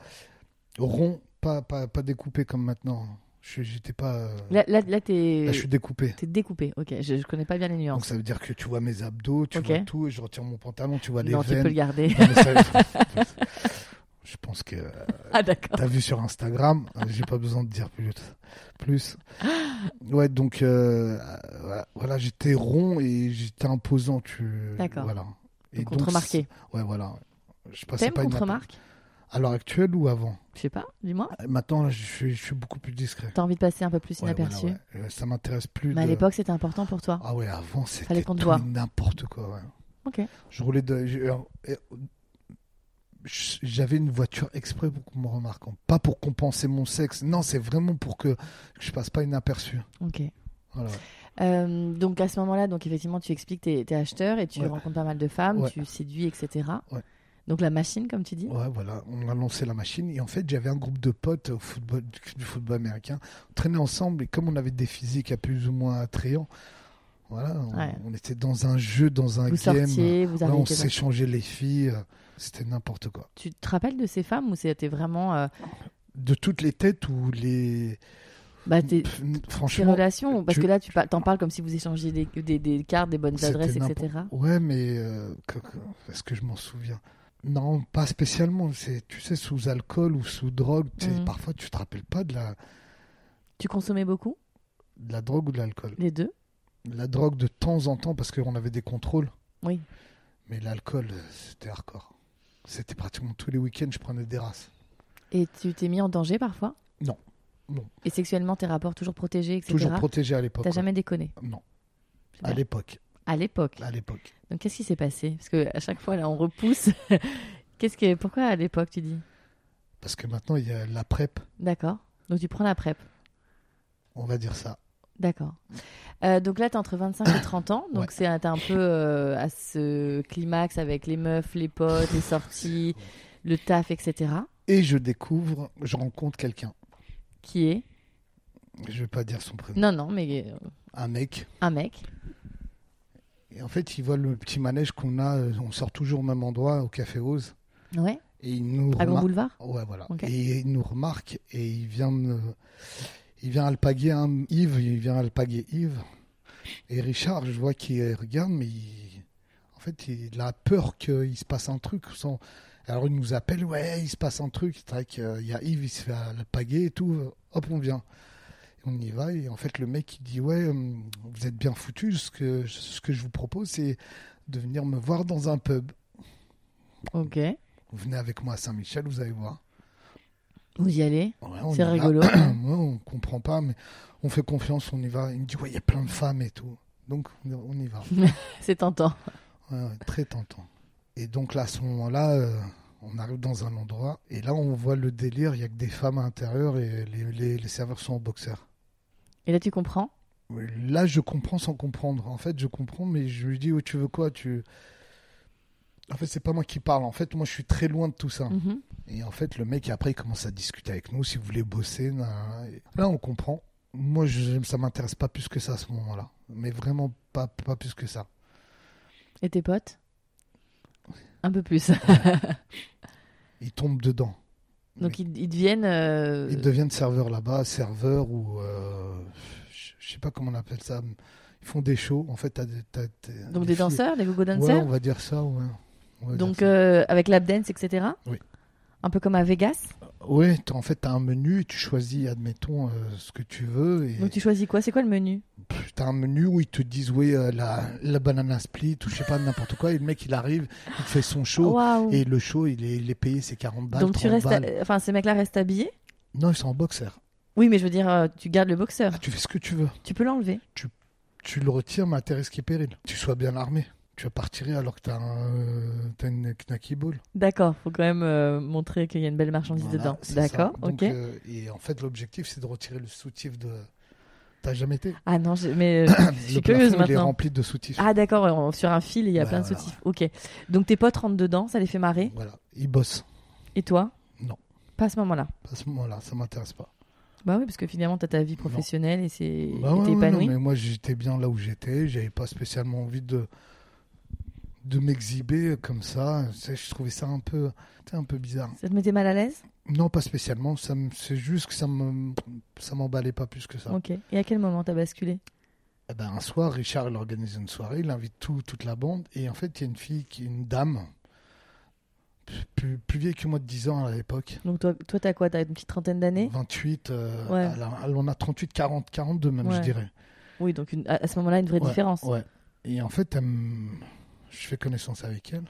rond, pas, pas, pas découpé comme maintenant. Je- J'étais pas. euh, Là, là, là, t'es là, je suis découpé. t'es découpé, ok, je, je connais pas bien les Donc nuances. ça veut dire que tu vois mes abdos, tu Ok. vois tout, je retire mon pantalon, tu vois les non, tu peux veines. le garder. Non, mais ça- je pense que euh, ah d'accord. t'as vu sur Instagram. euh, J'ai pas besoin de dire plus. Plus. Ouais, donc euh, voilà, voilà, j'étais rond et j'étais imposant. Tu. D'accord. Voilà. Donc, Contre-marqué. c'est- Ouais, voilà. Je passais T'aimes pas une- contre-marque À l'heure actuelle ou avant Je sais pas, dis-moi. Maintenant, là, je suis, je suis beaucoup plus discret. T'as envie de passer un peu plus Ah. Ouais, voilà, inaperçu. ouais. Euh, Ça m'intéresse plus. Mais à de- l'époque, c'était important pour toi. Ah ouais, avant c'était Fallait qu'on te tout voie. et n'importe quoi. ouais. Ok. Je roulais de. je- euh, euh, je- J'avais une voiture exprès pour qu'on me remarque, hein. pas pour compenser mon sexe. Non, c'est vraiment pour que que je passe pas inaperçu. Ok. Voilà. Euh, donc à ce moment-là, donc effectivement, tu expliques t'es t'es acheteur et tu Ouais. rencontres pas mal de femmes, Ouais. tu séduis, etc. Ouais. Donc la machine, comme tu dis. Ouais, voilà. On a lancé la machine et en fait, j'avais un groupe de potes au football du football américain. On traînait ensemble et comme on avait des physiques à plus ou moins attrayants, voilà, on, Ouais. on était dans un jeu, dans un vous game. sortiez, vous Ouais, arriviez. on s'échangeait les filles. euh, C'était n'importe quoi. Tu te rappelles de ces femmes où c'était vraiment euh, De toutes les têtes ou les. bah, tes, Pff, tes Franchement, relations Parce tu- que là, tu par- t'en parles comme si vous échangez des, des, des cartes, des bonnes C'était adresses, n'importe- etc. Ouais, mais euh, que- que- est-ce que je m'en souviens Non, pas spécialement. C'est, tu sais, sous alcool ou sous drogue, tu sais, Mhm. parfois tu te rappelles pas de la, Tu consommais beaucoup de la drogue ou de l'alcool. les deux La drogue de temps en temps parce qu'on avait des contrôles. Oui. Mais l'alcool, euh, c'était hardcore. C'était pratiquement tous les week-ends, je prenais des races. Et tu t'es mis en danger parfois Non. Non. Et sexuellement, tes rapports toujours protégés, etc. Toujours protégé à l'époque. T'as ouais. jamais déconné Non. Super. À l'époque. à l'époque. À l'époque. Donc qu'est-ce qui s'est passé Parce que à chaque fois là, on repousse. qu'est-ce que pourquoi à l'époque tu dis Parce que maintenant, il y a la PrEP, D'accord. Donc tu prends la PrEP. on va dire ça. D'accord. Euh, donc là, t'es entre 25 et 30 ans, donc Ouais. c'est t'es un peu euh, à ce climax avec les meufs, les potes, les sorties, le taf, etc. Et je découvre, je rencontre quelqu'un. Qui est Je vais pas dire son prénom. Non, non, mais euh, Un mec. un mec. Et en fait, il voit le petit manège qu'on a. euh, On sort toujours au même endroit, au Café Ose. Ouais. Et il nous À Grand remar- Boulevard. Ouais, voilà. Ok. Et il nous remarque et il vient me... il vient alpaguer un... Yves, il vient alpaguer Yves. Et Richard, je vois qu'il euh, regarde, mais il- en fait, il a peur qu'il se passe un truc. Sans... Alors il nous appelle, ouais, il se passe un truc. C'est vrai qu'il y a Yves, il se fait alpaguer et tout. Hop, on vient. Et On y va et en fait le mec il dit ouais euh, vous êtes bien foutu ce que ce que je vous propose c'est de venir me voir dans un pub Ok. vous venez avec moi à Saint-Michel vous allez voir Vous y allez. Ouais, on C'est y va. rigolo. Moi, on comprend pas, mais on fait confiance, on y va. Il me dit, ouais, il y a plein de femmes et tout. Donc, on- on y va. c'est tentant. Ouais, ouais, très tentant. Et donc, là, à ce moment-là, euh, on arrive dans un endroit. Et là, on voit le délire. Il y a que des femmes à l'intérieur et les, les- les serveurs sont en boxeur. Et là, tu comprends Là, je comprends sans comprendre. En fait, je comprends, mais je lui dis, oh, tu veux quoi tu... En fait, c'est pas moi qui parle. En fait, moi, je suis très loin de tout ça. Mhm. Et en fait, le mec, après, il commence à discuter avec nous, si vous voulez bosser. nan, nan, nan. Là, on comprend. Moi, je, ça m'intéresse pas plus que ça à ce moment-là. Mais vraiment pas, pas plus que ça. Et tes potes Un peu plus. Ils tombent dedans. Donc ils, ils deviennent. euh, Ils deviennent serveurs là-bas, serveurs ou... euh, je je sais pas comment on appelle ça. Ils font des shows. En fait, t'as des... t'as- t'as donc des des filles. danseurs, des gogo Ouais, dancers. on va dire ça, ouais. On va donc dire ça. euh, avec lap dance, etc. Oui. Un peu comme à Vegas. Ouais, t'as- en fait, t'as un menu, tu choisis, admettons, euh, ce que tu veux. Et... Donc tu choisis quoi C'est quoi le menu Pff, T'as un menu où ils te disent ouais euh, la, la banana split ou je sais pas n'importe quoi et le mec il arrive il te fait son show Waouh. et le show il est, il est payé ses 40 balles Donc tu 30 restes, euh, balles. enfin ces mecs-là restent habillés. non ils sont en boxeur Oui, mais je veux dire, euh, tu gardes le boxeur. tu fais ce que tu veux Tu peux l'enlever. tu le retires mais à tes risques et périls tu sois bien armé tu vas partir alors que t'as un, euh, t'as une knacky ball D'accord. Faut quand même euh, montrer qu'il y a une belle marchandise Voilà, dedans. c'est ça. D'accord. Donc, Ok. euh, et en fait l'objectif c'est de retirer le soutif de t'as jamais été Ah non, j'ai- mais je suis le curieuse plafond, il est maintenant. rempli de soutifs Ah d'accord, ouais, on- sur un fil, il y a Ouais, plein de voilà. soutifs. Ok. Donc tes potes rentrent dedans, ça les fait marrer. voilà ils bossent Et toi Non. Pas à ce moment-là. à ce moment là ça m'intéresse pas Bah oui, parce que finalement, t'as ta vie professionnelle et c'est Bah et ouais, t'es ouais, non, épanoui. mais moi j'étais bien là où j'étais, j'avais pas spécialement envie de de m'exhiber comme ça. Tu sais, Je trouvais ça un peu, tu sais, un peu bizarre. Ça te mettait mal à l'aise Non, pas spécialement. Ça me- c'est juste que ça me, ça m'emballait pas plus que ça. Ok. Et à quel moment t'as basculé Eh ben, un soir, Richard il organise une soirée, il invite tout- toute la bande et en fait il y a une fille qui est une dame, plus, plus vieille que moi de 10 ans à l'époque. Donc toi, toi, t'as quoi T'as une petite trentaine d'années 28, euh, Ouais. elle a- elle en a 38, 40, 42 même, je Ouais. dirais. Oui, donc une- à à ce moment-là, une vraie Ouais, différence. Ouais. Et en fait, elle me- je fais connaissance avec elle.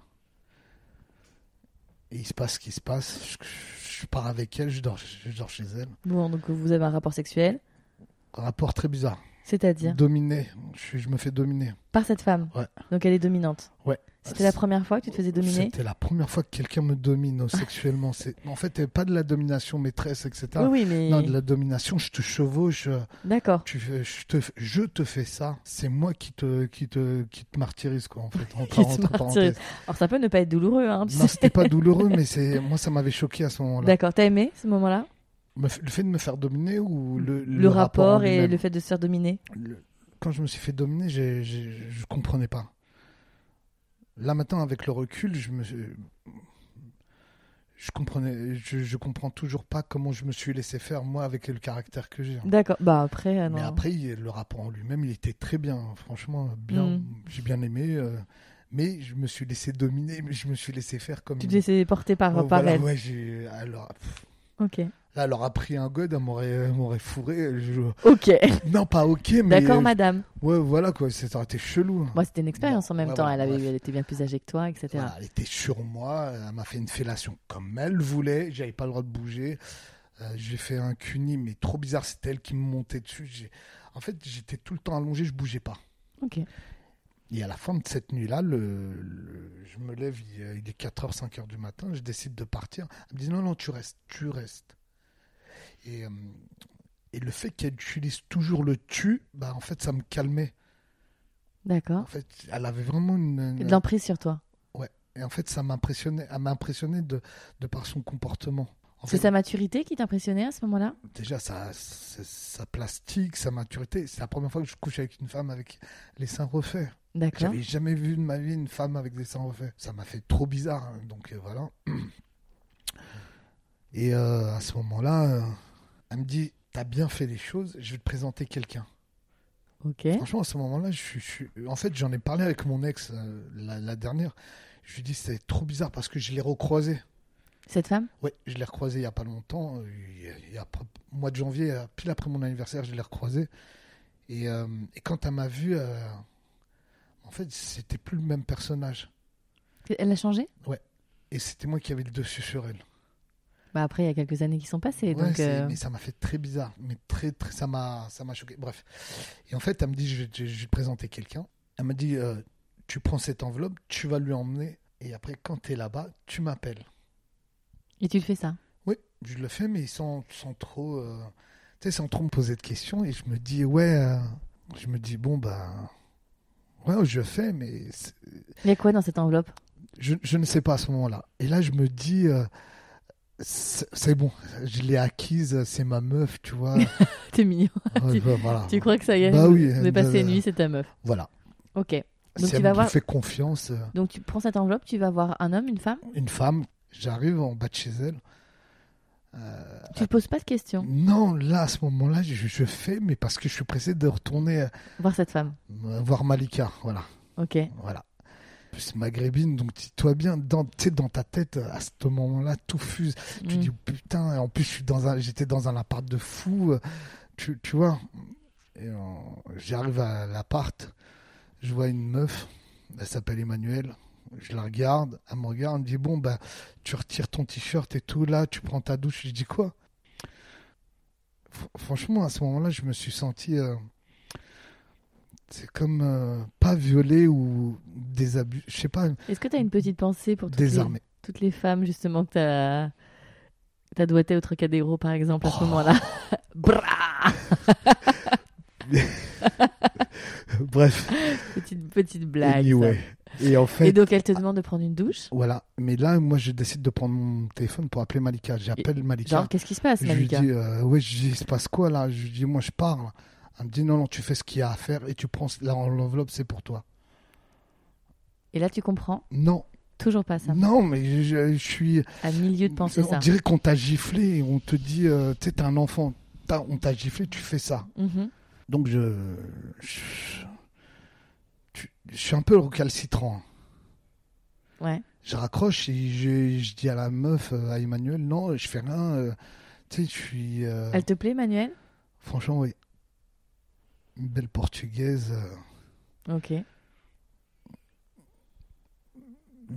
Et il se passe ce qui se passe. Je, je pars avec elle, je dors, je dors chez elle. Bon, donc vous avez un rapport sexuel, Rapport très bizarre. c'est-à-dire Dominé. Je, suis- je me fais dominer. par cette femme. Ouais. Donc elle est dominante. Ouais. C'était la première fois que tu te faisais dominer C'était la première fois que quelqu'un me domine euh, sexuellement. C'est en fait euh, pas de la domination maîtresse, etc. Oui, oui, mais Non, de la domination. Je te chevauche. euh, d'accord. Tu, fais- je te, je te fais ça. C'est moi qui te, qui te, qui te martyrise quoi. En fait, Qui te entre martyrise. parenthèses. Alors ça peut ne pas être douloureux, hein. tu Non, sais. c'était pas douloureux, mais c'est moi ça m'avait choqué à ce moment-là. D'accord. T'as aimé ce moment-là Me f- Le fait de me faire dominer ou le, le, le rapport, en et lui-même le fait de se faire dominer. Le- Quand je me suis fait dominer, j'ai- j'ai- je comprenais pas. Là maintenant, avec le recul, je me, suis- je comprenais, je, je comprends toujours pas comment je me suis laissé faire moi avec le caractère que j'ai. D'accord. Bah après, euh, non. Mais après, il- le rapport en lui-même, il était très bien, franchement, bien. Mm. J'ai bien aimé, euh, mais je me suis laissé dominer, mais je me suis laissé faire comme. tu te laissais porter par, Oh, par voilà, elle. ouais, j'ai- alors, Ok. Là, elle aura pris un god, elle m'aurait, elle m'aurait fourré. je- Ok. Non, pas ok, mais. D'accord, madame. Ouais, voilà quoi, c'est- ça aurait été chelou. hein. Moi, c'était une expérience Bon, en même ouais, temps. ouais, elle, avait, bref. elle était bien plus âgée que toi, etc. Voilà, elle était sur moi, elle m'a fait une fellation comme elle voulait, j'avais pas le droit de bouger. Euh, j'ai fait un cuni, mais trop bizarre, c'était elle qui me montait dessus. J'ai- En fait, j'étais tout le temps allongé, je bougeais pas. Ok. Et à la fin de cette nuit-là, le, le- je me lève, il, euh, il est 4h, 5h du matin, je décide de partir. Elle me dit non, non, tu restes, tu restes. Et euh, Et le fait qu'elle utilise toujours le tu, bah, en fait, ça me calmait. En D'accord. fait, elle avait vraiment une. Ah. De l'emprise sur toi. Et en fait, ça m'impressionnait. Elle m'a impressionné de, de par son comportement. En C'est fait, sa maturité qui t'impressionnait à ce moment-là Déjà, sa, sa, sa plastique, sa maturité. C'est la première fois que je couche avec une femme avec les seins refaits. D'accord. J'avais jamais vu de ma vie une femme avec des seins refaits. Ça m'a fait trop bizarre. hein, donc euh, voilà. Et euh, à ce moment-là, euh, elle me dit T'as bien fait les choses, je vais te présenter quelqu'un. Ok. Franchement, à ce moment-là, je suis, je suis- En fait, j'en ai parlé avec mon ex euh, la, la dernière. Je lui dis C'est trop bizarre parce que je l'ai recroisé. Cette femme Ouais, je l'ai recroisé il n'y a pas longtemps. euh, il y a- il y a pr- au mois de janvier, euh, pile après mon anniversaire, je l'ai recroisé. Et, euh, et quand elle m'a vu, euh, en fait, c'était plus le même personnage. Elle a changé Et c'était moi qui avais le dessus sur elle. Bah après, il y a quelques années qui sont passées. Ouais, donc, c'est- euh, Mais ça m'a fait très bizarre. Mais très, très, ça m'a ça m'a choqué. Bref. Et en fait, elle me dit je vais, te- je vais te présenter quelqu'un. Elle m'a dit euh, tu prends cette enveloppe, tu vas lui emmener. Et après, quand tu es là-bas, tu m'appelles. Et tu le fais ça Oui, je le fais, mais sans, sans trop, euh, tu sais, sans trop me poser de questions. Et je me dis, ouais, euh, je me dis, bon, bah, ouais, je le fais, mais c'est- Il y a quoi dans cette enveloppe je, je ne sais pas à ce moment-là. Et là, je me dis, euh, c'est c'est bon, je l'ai acquise, c'est ma meuf, tu vois. T'es mignon. Ouais, bah, voilà. Tu crois que ça y est Bah oui. Vous avez passé euh, une nuit, c'est ta meuf. Voilà. Ok. Si tu elle vas me voir- fait confiance, euh, Donc tu prends cette enveloppe, tu vas voir un homme, une femme. une femme, j'arrive en bas de chez elle. Euh, Tu ne poses pas de questions. non, là, à ce moment-là, je, je fais, mais parce que je suis pressé de retourner euh, Voir cette femme. voir Malika, voilà. Ok. Voilà. En plus maghrébine, donc dis-toi bien, dans, tu sais, dans ta tête, à ce moment-là, tout fuse. Tu Mm. dis, putain, et en plus, je suis dans un- j'étais dans un appart de fou, euh, tu, tu vois. Et euh, j'arrive à l'appart, je vois une meuf, elle s'appelle Emmanuel. Je la regarde, elle me regarde, elle me dit, bon, bah, tu retires ton t-shirt et tout, là, tu prends ta douche. Je dis, quoi Fr- Franchement, à ce moment-là, je me suis senti. euh, c'est comme euh, pas violé ou désabusé, je sais pas, Est-ce que tu as une petite pensée pour toutes, les... désarmé. toutes les femmes justement que tu as... T'as doigté au Trocadéro, par exemple, Oh. à ce moment-là. Brrrah Bref, petite, petite blague. anyway. Ah ça. Et en Et fait, donc, elle te demande de prendre une douche. voilà. Mais là, moi, je décide de prendre mon téléphone pour appeler Malika. J'appelle Malika. Genre, qu'est-ce qui se passe, je lui dis, Malika euh, ouais, je lui dis, il se passe quoi là Je lui dis, moi, je parle. Elle me dit, non, non, tu fais ce qu'il y a à faire et tu prends là, l'enveloppe, c'est pour toi. Et là, tu comprends Non, toujours pas ça. non, mais je, je- je suis. À milieu de penser on ça. dirait qu'on t'a giflé et on te dit, euh, tu sais, t'es un enfant. T'as- on t'a giflé, tu fais ça. Mhm. Donc je, je, tu- je suis un peu recalcitrant. Ouais. Je raccroche et je, je dis à la meuf, euh, à Emmanuel, non, je fais rien. euh, tu sais, je suis. euh, Elle te plaît, Manuel Franchement, oui. Une belle portugaise. euh, Ok.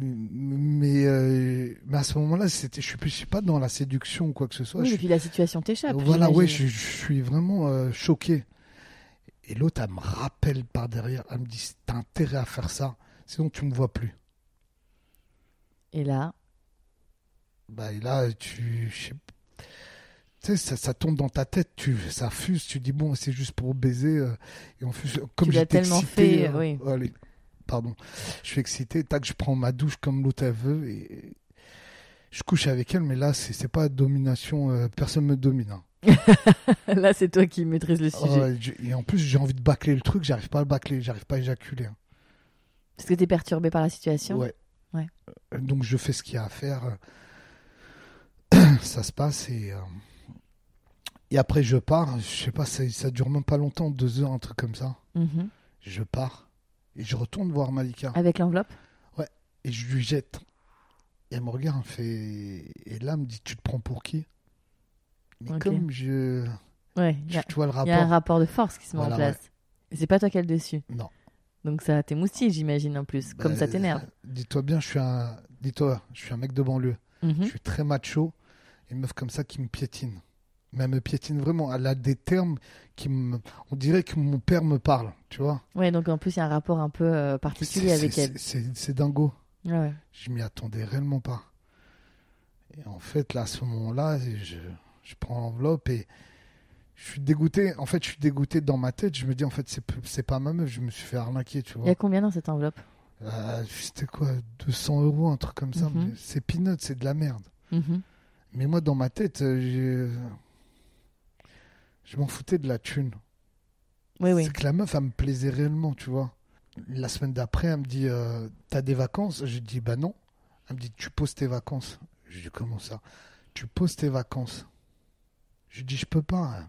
m- mais, euh, mais à ce moment-là, c'était, je ne suis, pas dans la séduction ou quoi que ce soit. oui, je euh, et puis la situation t'échappe. Voilà, ouais, j'imagine. je, je suis vraiment euh, choqué. Et l'autre, elle me rappelle par derrière. Elle me dit T'as intérêt à faire ça, sinon tu me vois plus. Et là, Bah, et là, tu. je sais p- Tu sais, ça, ça tombe dans ta tête, tu, ça fuse, tu dis bon, c'est juste pour baiser. euh, et en plus, comme Tu l'as j'étais tellement excité, fait, euh, oui. allez, pardon, je suis excité, tac, je prends ma douche comme l'autre elle veut et je couche avec elle, mais là, c'est c'est pas domination, euh, personne me domine. hein. là c'est toi qui maîtrise le sujet. Euh, je- et en plus, j'ai envie de bâcler le truc, j'arrive pas à le bâcler, j'arrive pas à éjaculer. hein. Parce que t'es perturbé par la situation. Ouais. Ouais. Euh, Donc je fais ce qu'il y a à faire. ça se passe et euh, et après je pars. Je sais pas, ça, ça dure même pas longtemps, deux heures, un truc comme ça. Mhm. Je pars et je retourne voir Malika Avec l'enveloppe. et je lui jette. Et elle me regarde, elle fait et là elle me dit tu te prends pour qui Mais Ok. comme je, Ouais. Il tu, y, a- tu vois le il rapport. y a un rapport de force qui se met en Voilà, place. Et C'est pas toi qui as le dessus. Non. Donc ça t'émoustille, j'imagine, en plus. Comme Bah, ça t'énerve. Dis-toi bien, je suis un, dis-toi, je suis un mec de banlieue. Mhm. Je suis très macho. Une meuf comme ça qui me piétine. Mais elle me piétine vraiment. Elle a des termes qui me. On dirait que mon père me parle, tu vois. Ouais, donc en plus, il y a un rapport un peu euh, particulier C'est- avec c'est- elle. C'est c'est- c'est dingo. Ouais, ouais. Je m'y attendais réellement pas. Et en fait, là, à ce moment-là, je, je prends l'enveloppe et je suis dégoûté. En fait, je suis dégoûté dans ma tête. Je me dis, en fait, c'est p- c'est pas ma meuf. Je me suis fait arnaquer, tu Il y a vois. combien dans cette enveloppe Euh, C'était quoi 200 euros, un truc comme ça. Mhm. mais C'est peanuts, c'est de la merde. Mais moi, dans ma tête, euh, j'ai- je m'en foutais de la thune. Oui, oui. C'est que la meuf, elle me plaisait réellement, tu vois. La semaine d'après, elle me dit euh, T'as des vacances Je dis Bah non. Elle me dit Tu poses tes vacances. Je dis Comment ça Tu poses tes vacances. Je dis Je peux pas. hein.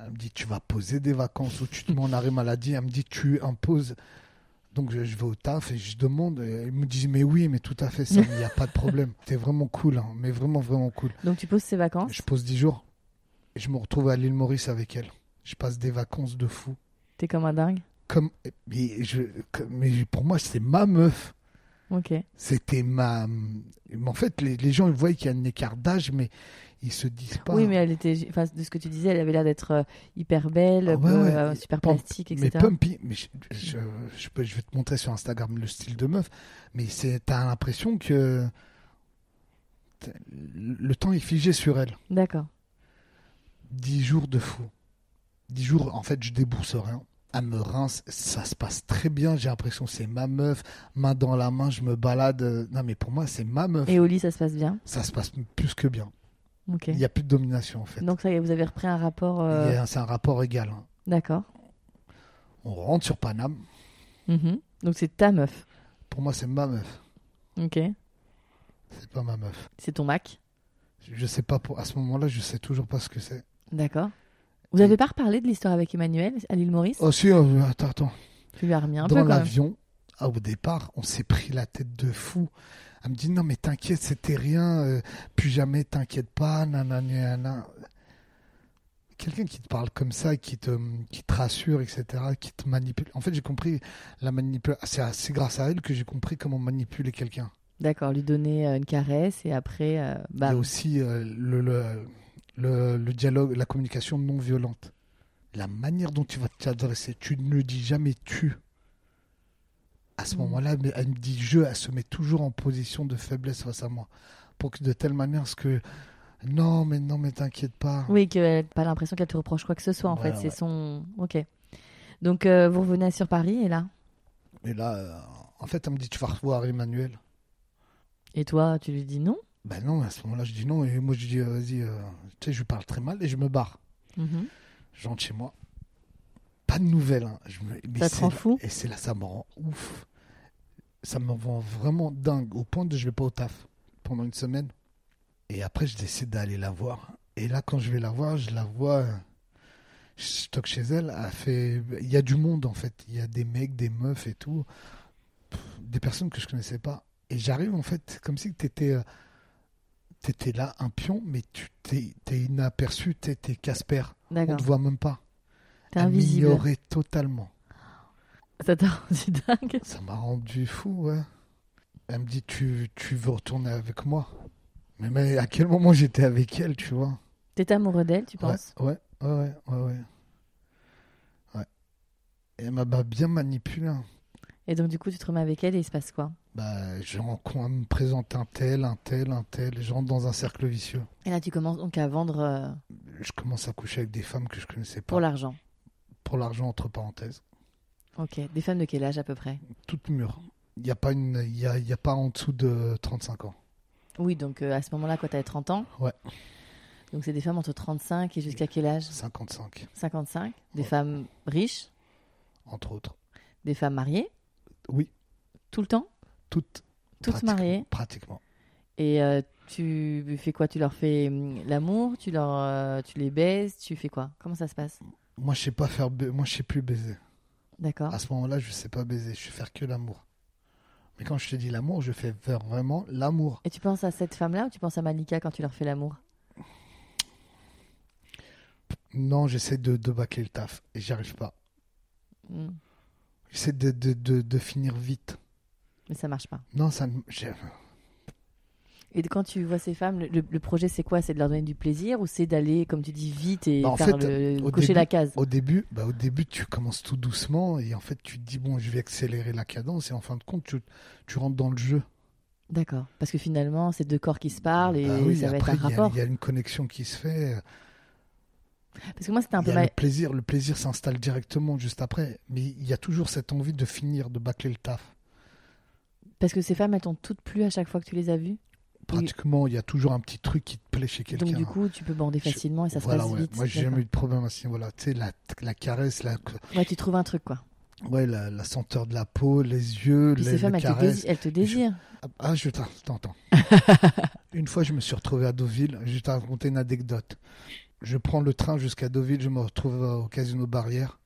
Elle me dit Tu vas poser des vacances ou tu te mets en arrêt maladie. Elle me dit Tu imposes. Donc je, je vais au taf et je demande. Et ils me disent Mais oui, mais tout à fait, ça, il n'y a pas de problème. T'es vraiment cool, hein, mais vraiment, vraiment cool. Donc tu poses ces vacances. Je pose 10 jours et je me retrouve à l'île Maurice avec elle. Je passe des vacances de fou T'es comme un dingue. comme mais je comme- mais pour moi c'était ma meuf Ok. c'était ma mais en fait les, les gens ils voient qu'il y a un écart d'âge mais ils se disent pas Oui, mais elle était. Enfin, de ce que tu disais, elle avait l'air d'être euh, hyper belle, Ah ouais, bleu, ouais. euh, super Pump- plastique, mais etc. Pumpy mais je, je, je peux- je vais te montrer sur Instagram le style de meuf mais c'est t'as l'impression que t'as- le temps est figé sur elle D'accord. 10 jours de fou 10 jours en fait je débourse rien elle me rince, ça se passe très bien. J'ai l'impression que c'est ma meuf, main dans la main, je me balade. Non, mais pour moi, c'est ma meuf. Et au lit, ça se passe bien. ça se passe plus que bien. Ok. Il n'y a plus de domination en fait. Donc ça, y est, vous avez repris un rapport. Il y euh, a- C'est un rapport égal. hein. D'accord. On rentre sur Paname. Mhm. Donc c'est ta meuf. Pour moi, c'est ma meuf. Ok. C'est pas ma meuf. C'est ton Mac. Je sais pas pour... à ce moment-là, je sais toujours pas ce que c'est. D'accord. Vous n'avez pas reparlé de l'histoire avec Emmanuel à l'île Maurice Oh si, euh, attends, attends. Tu lui as remis un peu Dans quand même. l'avion, ah, au départ, on s'est pris la tête de fou. Elle me dit non mais t'inquiète, c'était rien. euh, plus jamais, t'inquiète pas. Nanana, nanana. Quelqu'un qui te parle comme ça, qui te, qui te rassure, etc., qui te manipule. En fait, j'ai compris la manipulation. C'est c'est grâce à elle que j'ai compris comment manipuler quelqu'un. D'accord. Lui donner euh, une caresse et après, euh, Il bah, y a aussi euh, le, le, le- le dialogue, la communication non violente. La manière dont tu vas t'adresser, tu ne dis jamais tu. À ce Mm. moment-là, mais elle me dit je, elle se met toujours en position de faiblesse face à moi. Pour que de telle manière, ce que. Non, mais non, mais t'inquiète pas. Oui, qu'elle n'a pas l'impression qu'elle te reproche quoi que ce soit, en Voilà, fait. C'est ouais. son. Ok. Donc, euh, vous revenez sur Paris, et là Et là, euh, en fait, elle me dit tu vas revoir Emmanuel. Et toi, tu lui dis non Ben non, à ce moment-là, je dis non. Et moi, je dis euh, vas-y, euh, tu sais, je lui parle très mal et je me barre. Mhm. Je rentre chez moi. Pas de nouvelles. hein. Je me- mais Ça te c'est rend là- fou Et c'est là, ça me rend ouf. Ça me rend vraiment dingue au point de je vais pas au taf pendant une semaine. Et après, je décide d'aller la voir. Et là, quand je vais la voir, je la vois. euh, Je stocke chez elle. Elle fait... Il y a du monde en fait. Il y a des mecs, des meufs et tout. Pff, Des personnes que je connaissais pas. Et j'arrive en fait, c'est comme si tu étais, là, un pion, mais tu t'es t'es inaperçu, t'es t'es Casper. On D'accord. te voit même pas. T'es Elle invisible. m'ignorait totalement. Ça t'a rendu dingue. Ça m'a rendu fou, ouais. Elle me dit tu, tu veux retourner avec moi mais, mais à quel moment j'étais avec elle, tu vois T'étais amoureux d'elle, tu penses ouais, ouais, ouais, ouais, ouais, ouais. Ouais. Et Elle m'a m'a bien manipulé. hein. Et donc, du coup, tu te remets avec elle et il se passe quoi Bah, je rencontre, elle me présente un tel, un tel, un tel. et Je rentre dans un cercle vicieux. Et là, tu commences donc à vendre euh, Je commence à coucher avec des femmes que je connaissais pas. pour l'argent. Pour l'argent, entre parenthèses. Ok. Des femmes de quel âge à peu près Toutes mûres. Il n'y a, pas une- il y a, il y a pas en dessous de 35 ans. Oui, donc euh, à ce moment-là, quand t'avais 30 ans. Ouais. Donc, c'est des femmes entre 35 et jusqu'à quel âge 55, 55. Des Ouais. femmes riches, entre autres. des femmes mariées, Oui, tout le temps, toutes. toutes pratiquement- mariées. Pratiquement. Et euh, tu fais quoi Tu leur fais hum, l'amour Tu leur, euh, tu les baises Tu fais quoi Comment ça se passe Moi, je sais pas faire. ba- Moi, je sais plus baiser. D'accord. À ce moment-là, je sais pas baiser. Je sais faire que l'amour. Mais quand je te dis l'amour, je fais faire vraiment l'amour. Et tu penses à cette femme-là ou tu penses à Malika quand tu leur fais l'amour Non, j'essaie de, de bâcler le taf et j'y arrive pas. Hmm. J'essaie de, de, de, de finir vite. Mais ça marche pas. Non, ça. ne- j'ai- Et quand tu vois ces femmes, le, le- le projet c'est quoi C'est de leur donner du plaisir ou c'est d'aller, comme tu dis, vite et Bah, en faire fait, le- au cocher début- la case Au début, bah, au début, tu commences tout doucement et en fait, tu te dis bon, je vais accélérer la cadence et en fin de compte, tu, tu rentres dans le jeu. D'accord. Parce que finalement, c'est deux corps qui se parlent et Bah oui, Ah, ça va après, être un il y a- rapport. Il y, a une connexion qui se fait. Parce que moi, c'était un Il peu y a ma- le plaisir, le plaisir s'installe directement juste après, mais il y a toujours cette envie de finir, de bâcler le taf. Parce que ces femmes, elles t'ont toutes plu à chaque fois que tu les as vues. Pratiquement, il y a toujours un petit truc qui te plaît chez quelqu'un. Donc, du coup, tu peux bander Je- facilement et ça se voilà, passe ouais. vite. Moi, j'ai D'accord. jamais eu de problème à ce niveau-là. Tu sais, la, la caresse, la, Ouais, tu trouves un truc, quoi. ouais, la, la senteur de la peau, les yeux, Puis les, ces femmes, les elles te, caresses. désirent, elles te désirent. Ah, je t'en- t'entends. une fois, je me suis retrouvé à Deauville. Je vais te raconter une anecdote. Je prends le train jusqu'à Deauville. Je me retrouve euh, au Casino Barrière.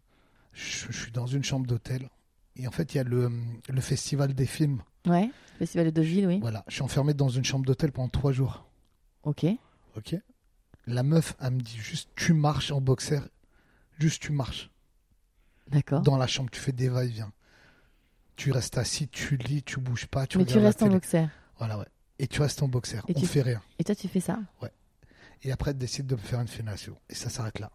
Je, je suis dans une chambre d'hôtel. Et en fait, il y a le, euh, le festival des films. Ouais, Festival de Deauville, oui. Voilà. Je suis enfermé dans une chambre d'hôtel pendant trois jours. Ok. Ok. La meuf, elle me dit juste tu marches en boxer. Juste tu marches. D'accord. Dans la chambre, tu fais des va-et-vient. Tu restes assis, tu lis, tu bouges pas. Tu Mais tu regardes la restes en télé. boxer. Voilà, ouais. Et tu restes en boxer. Et On tu- fait rien. Et toi, tu fais ça. Et après, elle décide de me faire une fellation. Et ça s'arrête là.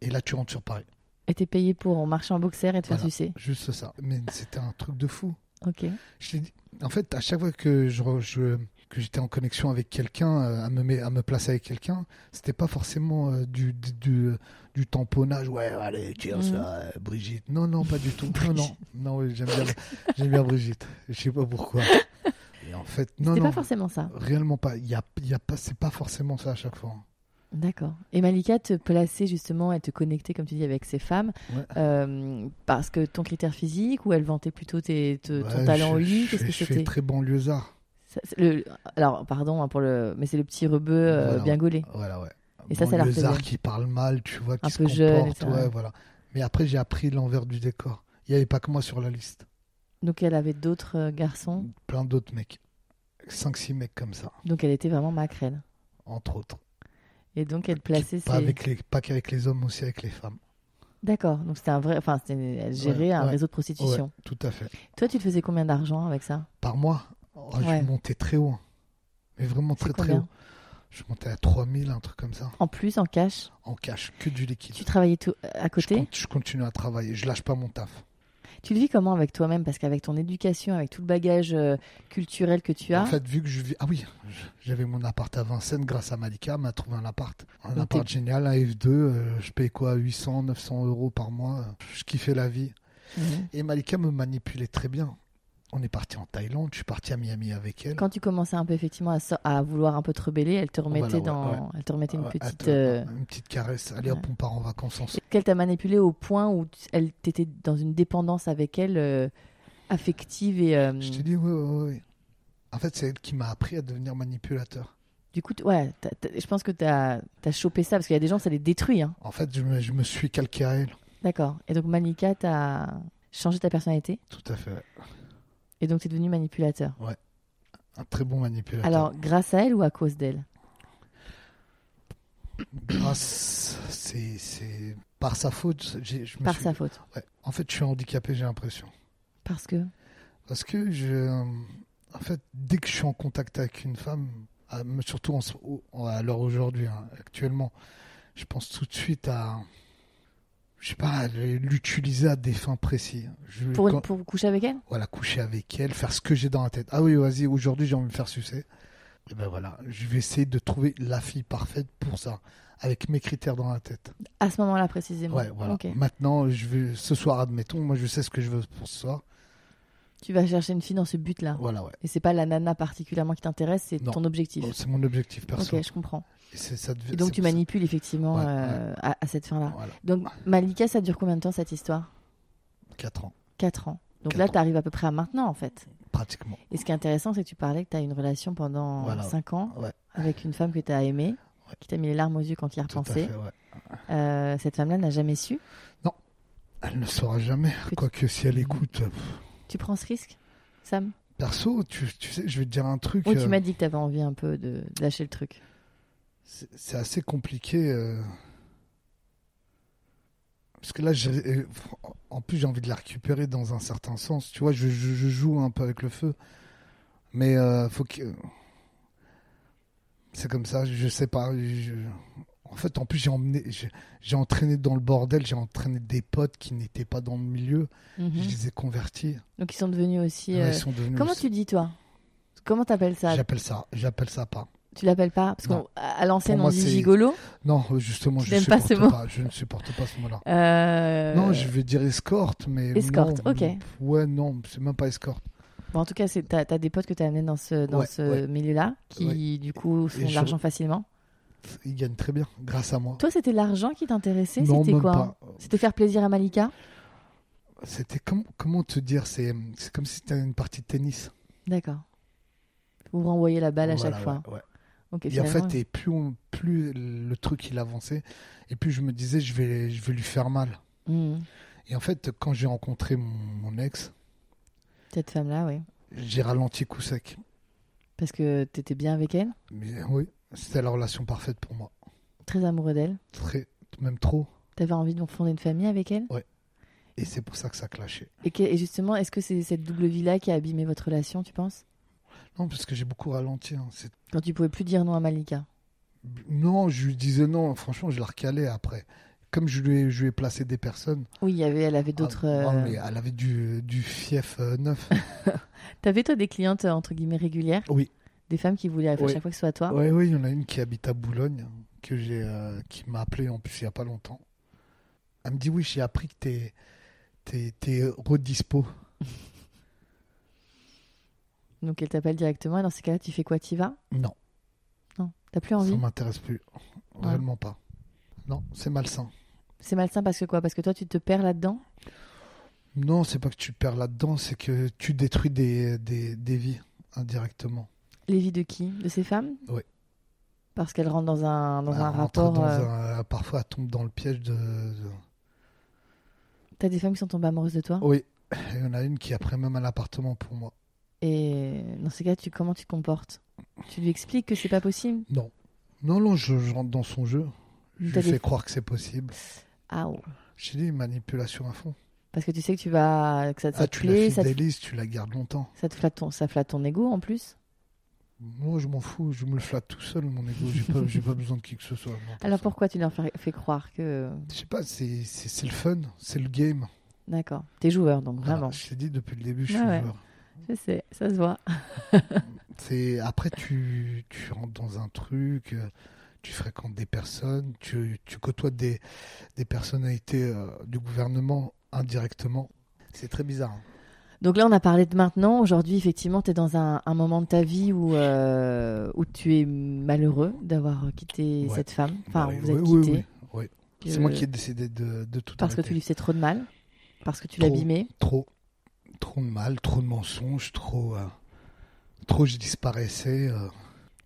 Et là, tu rentres sur Paris. Et t'es payé pour en marcher en boxer et te faire Voilà. sucer. Juste ça. Mais c'était un truc de fou. Ok. Je l'ai dit- En fait, à chaque fois que je, re- je- que j'étais en connexion avec quelqu'un, euh, à me, met- à me placer avec quelqu'un, c'était pas forcément euh, du, du, du- du tamponnage. Ouais, allez, tire Mhm. ça, euh, Brigitte. Non, non, pas du tout. Non, non, non, oui, j'aime bien, j'aime bien Brigitte. Je sais pas pourquoi. Et en fait, non, C'était non, pas forcément ça. réellement pas. Il y a, il y a pas, c'est pas forcément ça à chaque fois. D'accord. Et Malika te plaçait justement, elle te connectait, comme tu dis, avec ces femmes, Ouais. euh, parce que ton critère physique, ou elle vantait plutôt tes, te- Ouais, ton talent je- au lit, je- qu'est-ce que Je suis c'était très banlieusard. Ça, c'est le- Alors, pardon hein, pour le, mais c'est le petit rebeu euh, Voilà, bien gaulé. Voilà, ouais. Et ça, ça leur Banlieusard plaisait. qui parle mal, tu vois, qui Un se peu jeune, comporte. etc. ouais, voilà. Mais après, j'ai appris l'envers du décor. Il n'y avait pas que moi sur la liste. Donc elle avait d'autres euh, garçons, Plein d'autres mecs. 5-6 mecs comme ça, donc elle était vraiment ma crène. entre autres. Et donc elle plaçait ses. Pas, avec les, pas qu'avec les hommes, aussi avec les femmes. D'accord. Donc c'était un vrai, enfin c'était une- elle gérait Ouais, un ouais. réseau de Ouais, prostitution. tout à fait. Toi, tu te faisais combien d'argent avec ça Par mois, oh, Ouais. je montais très haut. hein. Mais vraiment C'est très très combien haut. Je montais à 3000, un truc comme ça, En plus, en cash, en cash, que du liquide. tu travaillais tout à je, côté. con- je continue à travailler, je lâche pas mon taf. Tu le vis comment avec toi-même Parce qu'avec ton éducation, avec tout le bagage euh, culturel que tu as, En fait, vu que je vis. Ah oui, je- j'avais mon appart à Vincennes grâce à Malika, elle m'a trouvé un appart. Un Donc appart génial, un F2, euh, je paye quoi 800, 900 euros par mois. Je kiffais la vie. Mhm. Et Malika me manipulait très bien. On est parti en Thaïlande, je suis parti à Miami avec elle. quand tu commençais un peu effectivement à, so- à vouloir un peu te rebeller, elle te remettait Voilà, Ah bah ouais, Ah dans, elle te remettait une Ouais, petite. attends, euh, Une petite caresse. Allez hop, ouais. on part en vacances ensemble. qu'elle t'a manipulé au point où tu- elle t'étais dans une dépendance avec elle euh, affective et euh, Je te dis, oui, oui, oui. En fait, c'est elle qui m'a appris à devenir manipulateur. du coup t- ouais t'as- t'as- je pense que t'as as chopé ça parce qu'il y a des gens ça les détruit hein. En fait, je me, je me suis calqué à elle. d'accord et donc Malika t'as changé ta personnalité Tout à fait. et donc t'es devenu manipulateur Un très bon manipulateur. alors grâce à elle ou à cause d'elle grâce, Ah, c'est, c'est par sa faute. j'ai- je me par suis- sa faute Ouais. En fait, je suis handicapé, j'ai l'impression. parce que Parce que je, en fait, dès que je suis en contact avec une femme, à- surtout en, ce- au- à l'heure aujourd'hui, hein, actuellement, je pense tout de suite à, je sais pas, à l'utiliser à des fins précises. Je, pour, quand- pour coucher avec elle voilà, coucher avec elle, faire ce que j'ai dans la tête. Ah oui, vas-y, aujourd'hui j'ai envie de me faire sucer. Et ben voilà, je vais essayer de trouver la fille parfaite pour ça, avec mes critères dans la tête. à ce moment-là précisément Ouais, voilà. Ok. Maintenant, je vais, ce soir, admettons, moi je sais ce que je veux pour ce soir. tu vas chercher une fille dans ce but là Voilà, ouais. et c'est pas la nana particulièrement qui t'intéresse c'est Non. ton objectif Bon, c'est mon objectif perso. ok je comprends Et c'est- ça devait- Et donc c'est tu pour ça- manipules effectivement Ouais, euh, À, à cette fin-là. Voilà, Donc Malika, ça dure combien de temps cette histoire 4 ans, 4 ans. Donc Quatre là, ans. tu arrives à peu près à maintenant en fait. pratiquement. Et ce qui est intéressant, c'est que tu parlais que tu as une relation pendant Voilà. 5 ans Ouais. avec une femme que tu as aimée, Ouais. qui t'a mis les larmes aux yeux quand tu y Tout à repensais. fait, ouais. Euh, cette femme-là n'a jamais su. Elle ne saura jamais, Petit- quoique si elle écoute. euh, Tu prends ce risque, Sam Perso, tu, tu sais, je vais te dire un truc. Oui, tu euh, m'as dit que tu avais envie un peu de de lâcher le truc. c'est c'est assez compliqué. euh, Parce que là, j'ai- euh, en plus, j'ai envie de la récupérer dans un certain sens. Tu vois, je, je- je joue un peu avec le feu. Mais euh, faut que. C'est comme ça, je sais pas. je- En fait, en plus, j'ai emmené, j'ai j'ai entraîné dans le bordel, j'ai entraîné des potes qui n'étaient pas dans le milieu. Mhm. Je les ai convertis. Donc ils sont devenus aussi. Ouais, euh, ils sont devenus Comment aussi- tu dis toi Comment t'appelles ça J'appelle ça, j'appelle ça pas. Tu l'appelles pas Parce Non. qu'à l'ancienne, Pour moi, on dit c'est- gigolo. Non, euh, justement, Tu je ne n'aimes pas supporte ce mot pas, Je ne supporte pas ce mot-là. Euh, Non, je vais dire escorte, mais. Escorte, non, ok. Ouais, non, c'est même pas escorte. bon, en tout cas, c'est- t'as as des potes que t'as amenés dans ce, dans Ouais, ce ouais. milieu-là qui, du coup, font Et de je- l'argent facilement. Ils gagnent très bien, grâce à moi. Toi, c'était l'argent qui t'intéressait non, C'était même quoi hein pas. C'était faire plaisir à Malika C'était comme, comment te dire C'est c'est comme si c'était une partie de tennis. D'accord. Vous renvoyez la balle Bah, à Voilà, chaque fois. ouais, ouais. Ok, Et en finalement, fait, et plus, on- plus le truc il avançait, et plus je me disais, je vais, je vais lui faire mal. hmm, Et en fait, quand j'ai rencontré mon, mon ex, cette femme-là, oui. j'ai ralenti coup sec. Parce que t'étais bien avec elle, Mais oui, c'était la relation parfaite pour moi. très amoureux d'elle. Très, même trop. T'avais envie de fonder une famille avec elle. Et c'est pour ça que ça clashait. Et, que- et justement, est-ce que c'est cette double vie-là qui a abîmé votre relation, tu penses Non, parce que j'ai beaucoup ralenti. hein. C'est- Quand tu pouvais plus dire non à Malika. Non, je lui disais non. Franchement, je la recalais après. Comme je lui ai, je lui ai placé des personnes. Oui, il y avait, elle avait d'autres. Ah, euh, non, mais elle avait du, du fief euh, neuf. T'avais toi des clientes euh, entre guillemets régulières Oui. Des femmes qui voulaient à Oui. chaque fois que ce soit toi. Oui, oui, il y en a une qui habite à Boulogne, que j'ai, euh, qui m'a appelé en plus il n'y a pas longtemps. Elle me dit Oui, j'ai appris que t'es, t'es, t'es redispo. Donc elle t'appelle directement. Et dans ces cas-là, tu fais quoi T'y vas Non, Non, t'as plus ça envie. m'intéresse plus. Vraiment pas. Non, c'est malsain. C'est malsain parce que quoi Parce que toi, tu te perds là-dedans. Non, c'est pas que tu perds là-dedans, c'est que tu détruis des, des, des vies indirectement. Les vies de qui De ces femmes Oui. Parce qu'elles rentrent dans un dans un Elle Bah, rentre rapport. dans euh, un- parfois, elle tombe dans le piège de. de- T'as des femmes qui sont tombées amoureuses de toi. Oui, il y en a une qui a pris même un appartement pour moi. Et dans ces cas, tu comment tu te comportes Tu lui expliques que c'est pas possible. Non. Non, non, je, je rentre dans son jeu. Je T'as lui des- fais croire que c'est possible. Ah oh. J'ai dit manipulation à fond. parce Parce que tu sais que tu vas que ça, ça ah, te tu la plaît, ça te, fidélises, tu la gardes longtemps. ça te flatte ton ça flatte ton ego en plus. Moi, je m'en fous, je me le flatte tout seul, mon ego. J'ai pas, j'ai pas besoin de qui que ce soit. non, pour Alors ça. pourquoi tu leur fais fais croire que Je sais pas, c'est, c'est, c'est le fun, c'est le game. D'accord. T'es joueur, donc Voilà, vraiment. je t'ai dit depuis le début, je Ouais, suis ouais. joueur. Je sais, ça se voit. C'est, après, tu, tu rentres dans un truc, euh, tu fréquentes des personnes, tu, tu côtoies des, des personnalités euh, du gouvernement indirectement. C'est très bizarre. hein. Donc là, on a parlé de maintenant. Aujourd'hui, effectivement, tu es dans un, un moment de ta vie où, euh, où tu es malheureux d'avoir quitté Ouais. cette femme. Enfin, Bah, Oui, vous êtes oui, quitté. oui, oui. C'est Euh, moi qui ai décidé de, de tout Parce que arrêter. tu lui fais trop de mal, parce que tu Trop. l'abîmais. trop trop de mal, trop de mensonges, trop euh, trop je disparaissais. euh,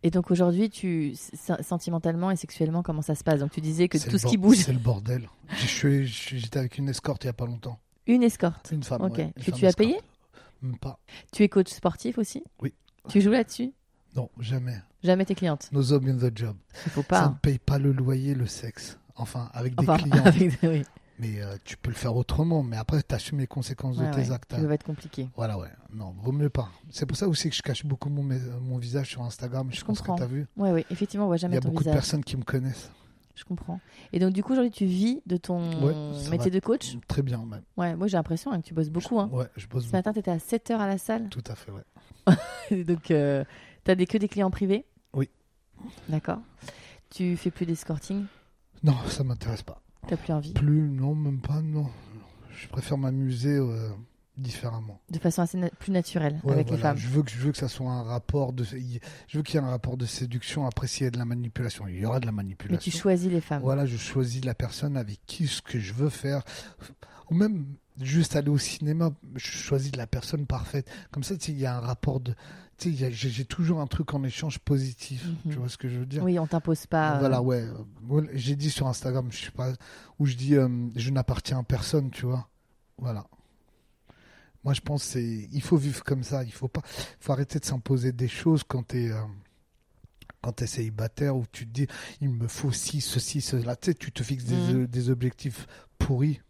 Et donc aujourd'hui, tu sen- sentimentalement et sexuellement, comment ça se passe Donc tu disais que c'est tout le ce qui bord- bouge, c'est le bordel. Je suis- je suis- J'étais avec une escorte il y a pas longtemps, une escorte. une femme. Ok. ouais, une Que femme tu as payé escorte. Même pas. Tu es coach sportif aussi Oui. Tu joues là-dessus Non, jamais. Jamais tes clientes. Nos hommes in the job. Il faut Ça pas. hein. ne paye pas le loyer, le sexe. Enfin, avec des Enfin, clients. avec- oui. Mais euh, tu peux le faire autrement. Mais après, tu assumes les conséquences Ouais, de tes ouais. actes. hein. Ça va être compliqué. Voilà, ouais. Non, vaut mieux pas. C'est pour ça aussi que je cache beaucoup mon, mes- mon visage sur Instagram. Je, pense comprends. que tu as vu. Ouais, oui. Effectivement, on voit Il y jamais a ton beaucoup visage. de personnes qui me connaissent. Je comprends. Et donc, du coup, aujourd'hui, tu vis de ton Ouais, ça métier de coach Très bien, même. Ouais, moi j'ai l'impression hein, que tu bosses beaucoup. Hein. Ouais, je bosse Ce matin, tu étais à 7h à la salle. Tout à fait, ouais. donc, euh, tu as des, que des clients privés Oui. D'accord. Tu fais plus d'escorting Non, ça m'intéresse pas. T'as plus envie Plus, non, même pas, non. Je préfère m'amuser euh, différemment. De façon assez na- plus naturelle Ouais, avec les voilà. femmes. Je veux que je veux que ça soit un rapport de, je veux qu'il y ait un rapport de séduction. Après, s'il y a de la manipulation, il y aura de la manipulation. Mais tu choisis les femmes. Voilà, je choisis la personne avec qui ce que je veux faire, ou même juste aller au cinéma. Je choisis la personne parfaite. Comme ça, tu sais, il y a un rapport de, tu sais, il y a- j'ai j'ai toujours un truc en échange positif. Mhm. Tu vois ce que je veux dire Oui, on t'impose pas. euh, Voilà, ouais. Voilà, J'ai dit sur Instagram, je sais pas, où je dis euh, je n'appartiens à personne, tu vois. Voilà. Moi, je pense que c'est il faut vivre comme ça. Il faut pas, faut arrêter de s'imposer des choses quand t'es euh, quand t'es célibataire ou tu te dis il me faut ci, ceci, cela. Tu sais, tu te fixes des, Mhm. euh, des objectifs pourris.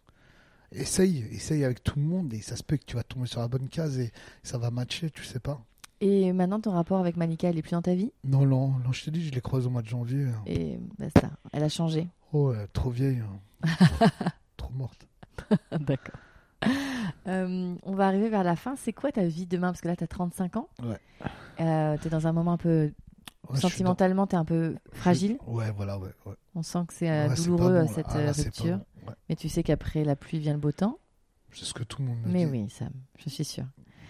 Essaye, essaye avec tout le monde et ça se peut que tu vas tomber sur la bonne case et ça va matcher, tu sais pas. Et maintenant, ton rapport avec Malika, elle est plus dans ta vie Non, non, non, je t'ai dit, je les croise au mois de janvier. hein. Et basta. Elle a changé. Oh, elle est trop vieille. hein. trop morte. Ah, D'accord. Euh, on va arriver vers la fin. C'est quoi ta vie demain Parce que là, tu as 35 ans. Ouais. tu es dans un moment un peu Ouais, je suis dans- Sentimentalement, t'es un peu fragile. Ouais, voilà, ouais. ouais. On sent que c'est euh, Ouais, c'est pas douloureux bon, euh, là. cette Ah, euh, là, c'est pas rupture. bon. Ouais. Mais tu sais qu'après la pluie vient le beau temps. C'est ce que tout le monde me Mais dit. oui, Sam, je suis sûre.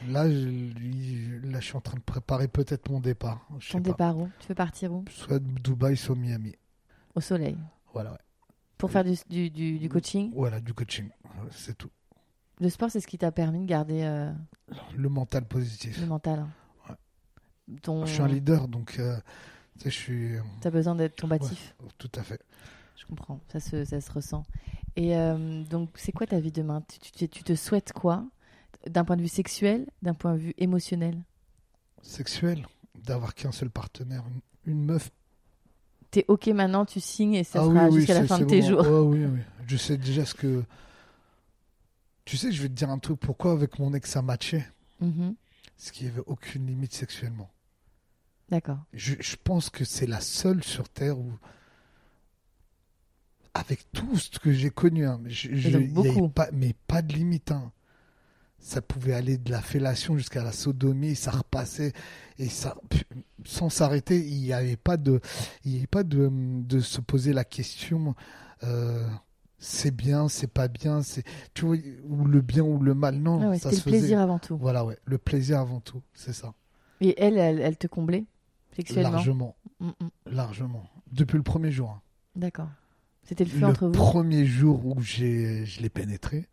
Là, je, lui- là, je suis en train de préparer peut-être mon départ. hein, Je Ton sais pas. départ où Tu veux partir où Soit Dubaï, soit Miami. Au soleil. Voilà, ouais. Euh, Pour faire du, du, du- du coaching. voilà du coaching. Ouais, C'est tout. Le sport, c'est ce qui t'a permis de garder euh, Le mental positif. le mental. hein. Ton... Je suis un leader, donc euh, tu sais, je suis. euh, T'as besoin d'être combatif. Tout à fait. Je comprends, ça se, ça se ressent. Et euh, donc, c'est quoi ta vie demain tu, tu, tu- tu te souhaites quoi D'un point de vue sexuel, d'un point de vue émotionnel Sexuel, d'avoir qu'un seul partenaire, une, une meuf. T'es OK maintenant, tu signes et ça Ah sera oui, oui, jusqu'à la c'est- fin de c'est tes bon. jours. Ouais, oui, oui. Je sais déjà ce que. Tu sais, je vais te dire un truc. Pourquoi avec mon ex ça matchait Mhm, Parce qu'il n'y avait aucune limite sexuellement. D'accord. Je, je pense que c'est la seule sur Terre où, avec tout ce que j'ai connu, hein, je- je- donc il y avait beaucoup. pas, mais pas de limite. hein. Ça pouvait aller de la fellation jusqu'à la sodomie, ça repassait et ça, sans s'arrêter, il n'y avait pas de, il y avait pas de, de se poser la question, euh, c'est bien, c'est pas bien, c'est, tu vois, ou le bien ou le mal, non, Ah ouais, ça C'était se le faisait. plaisir avant tout. Voilà, ouais, le plaisir avant tout, c'est ça, Et elle, elle, elle te comblait sexuellement largement. Mm, mm. Largement. Depuis le premier jour. hein. D'accord. C'était le feu entre Le vous. premier jour où j'ai, je l'ai pénétré,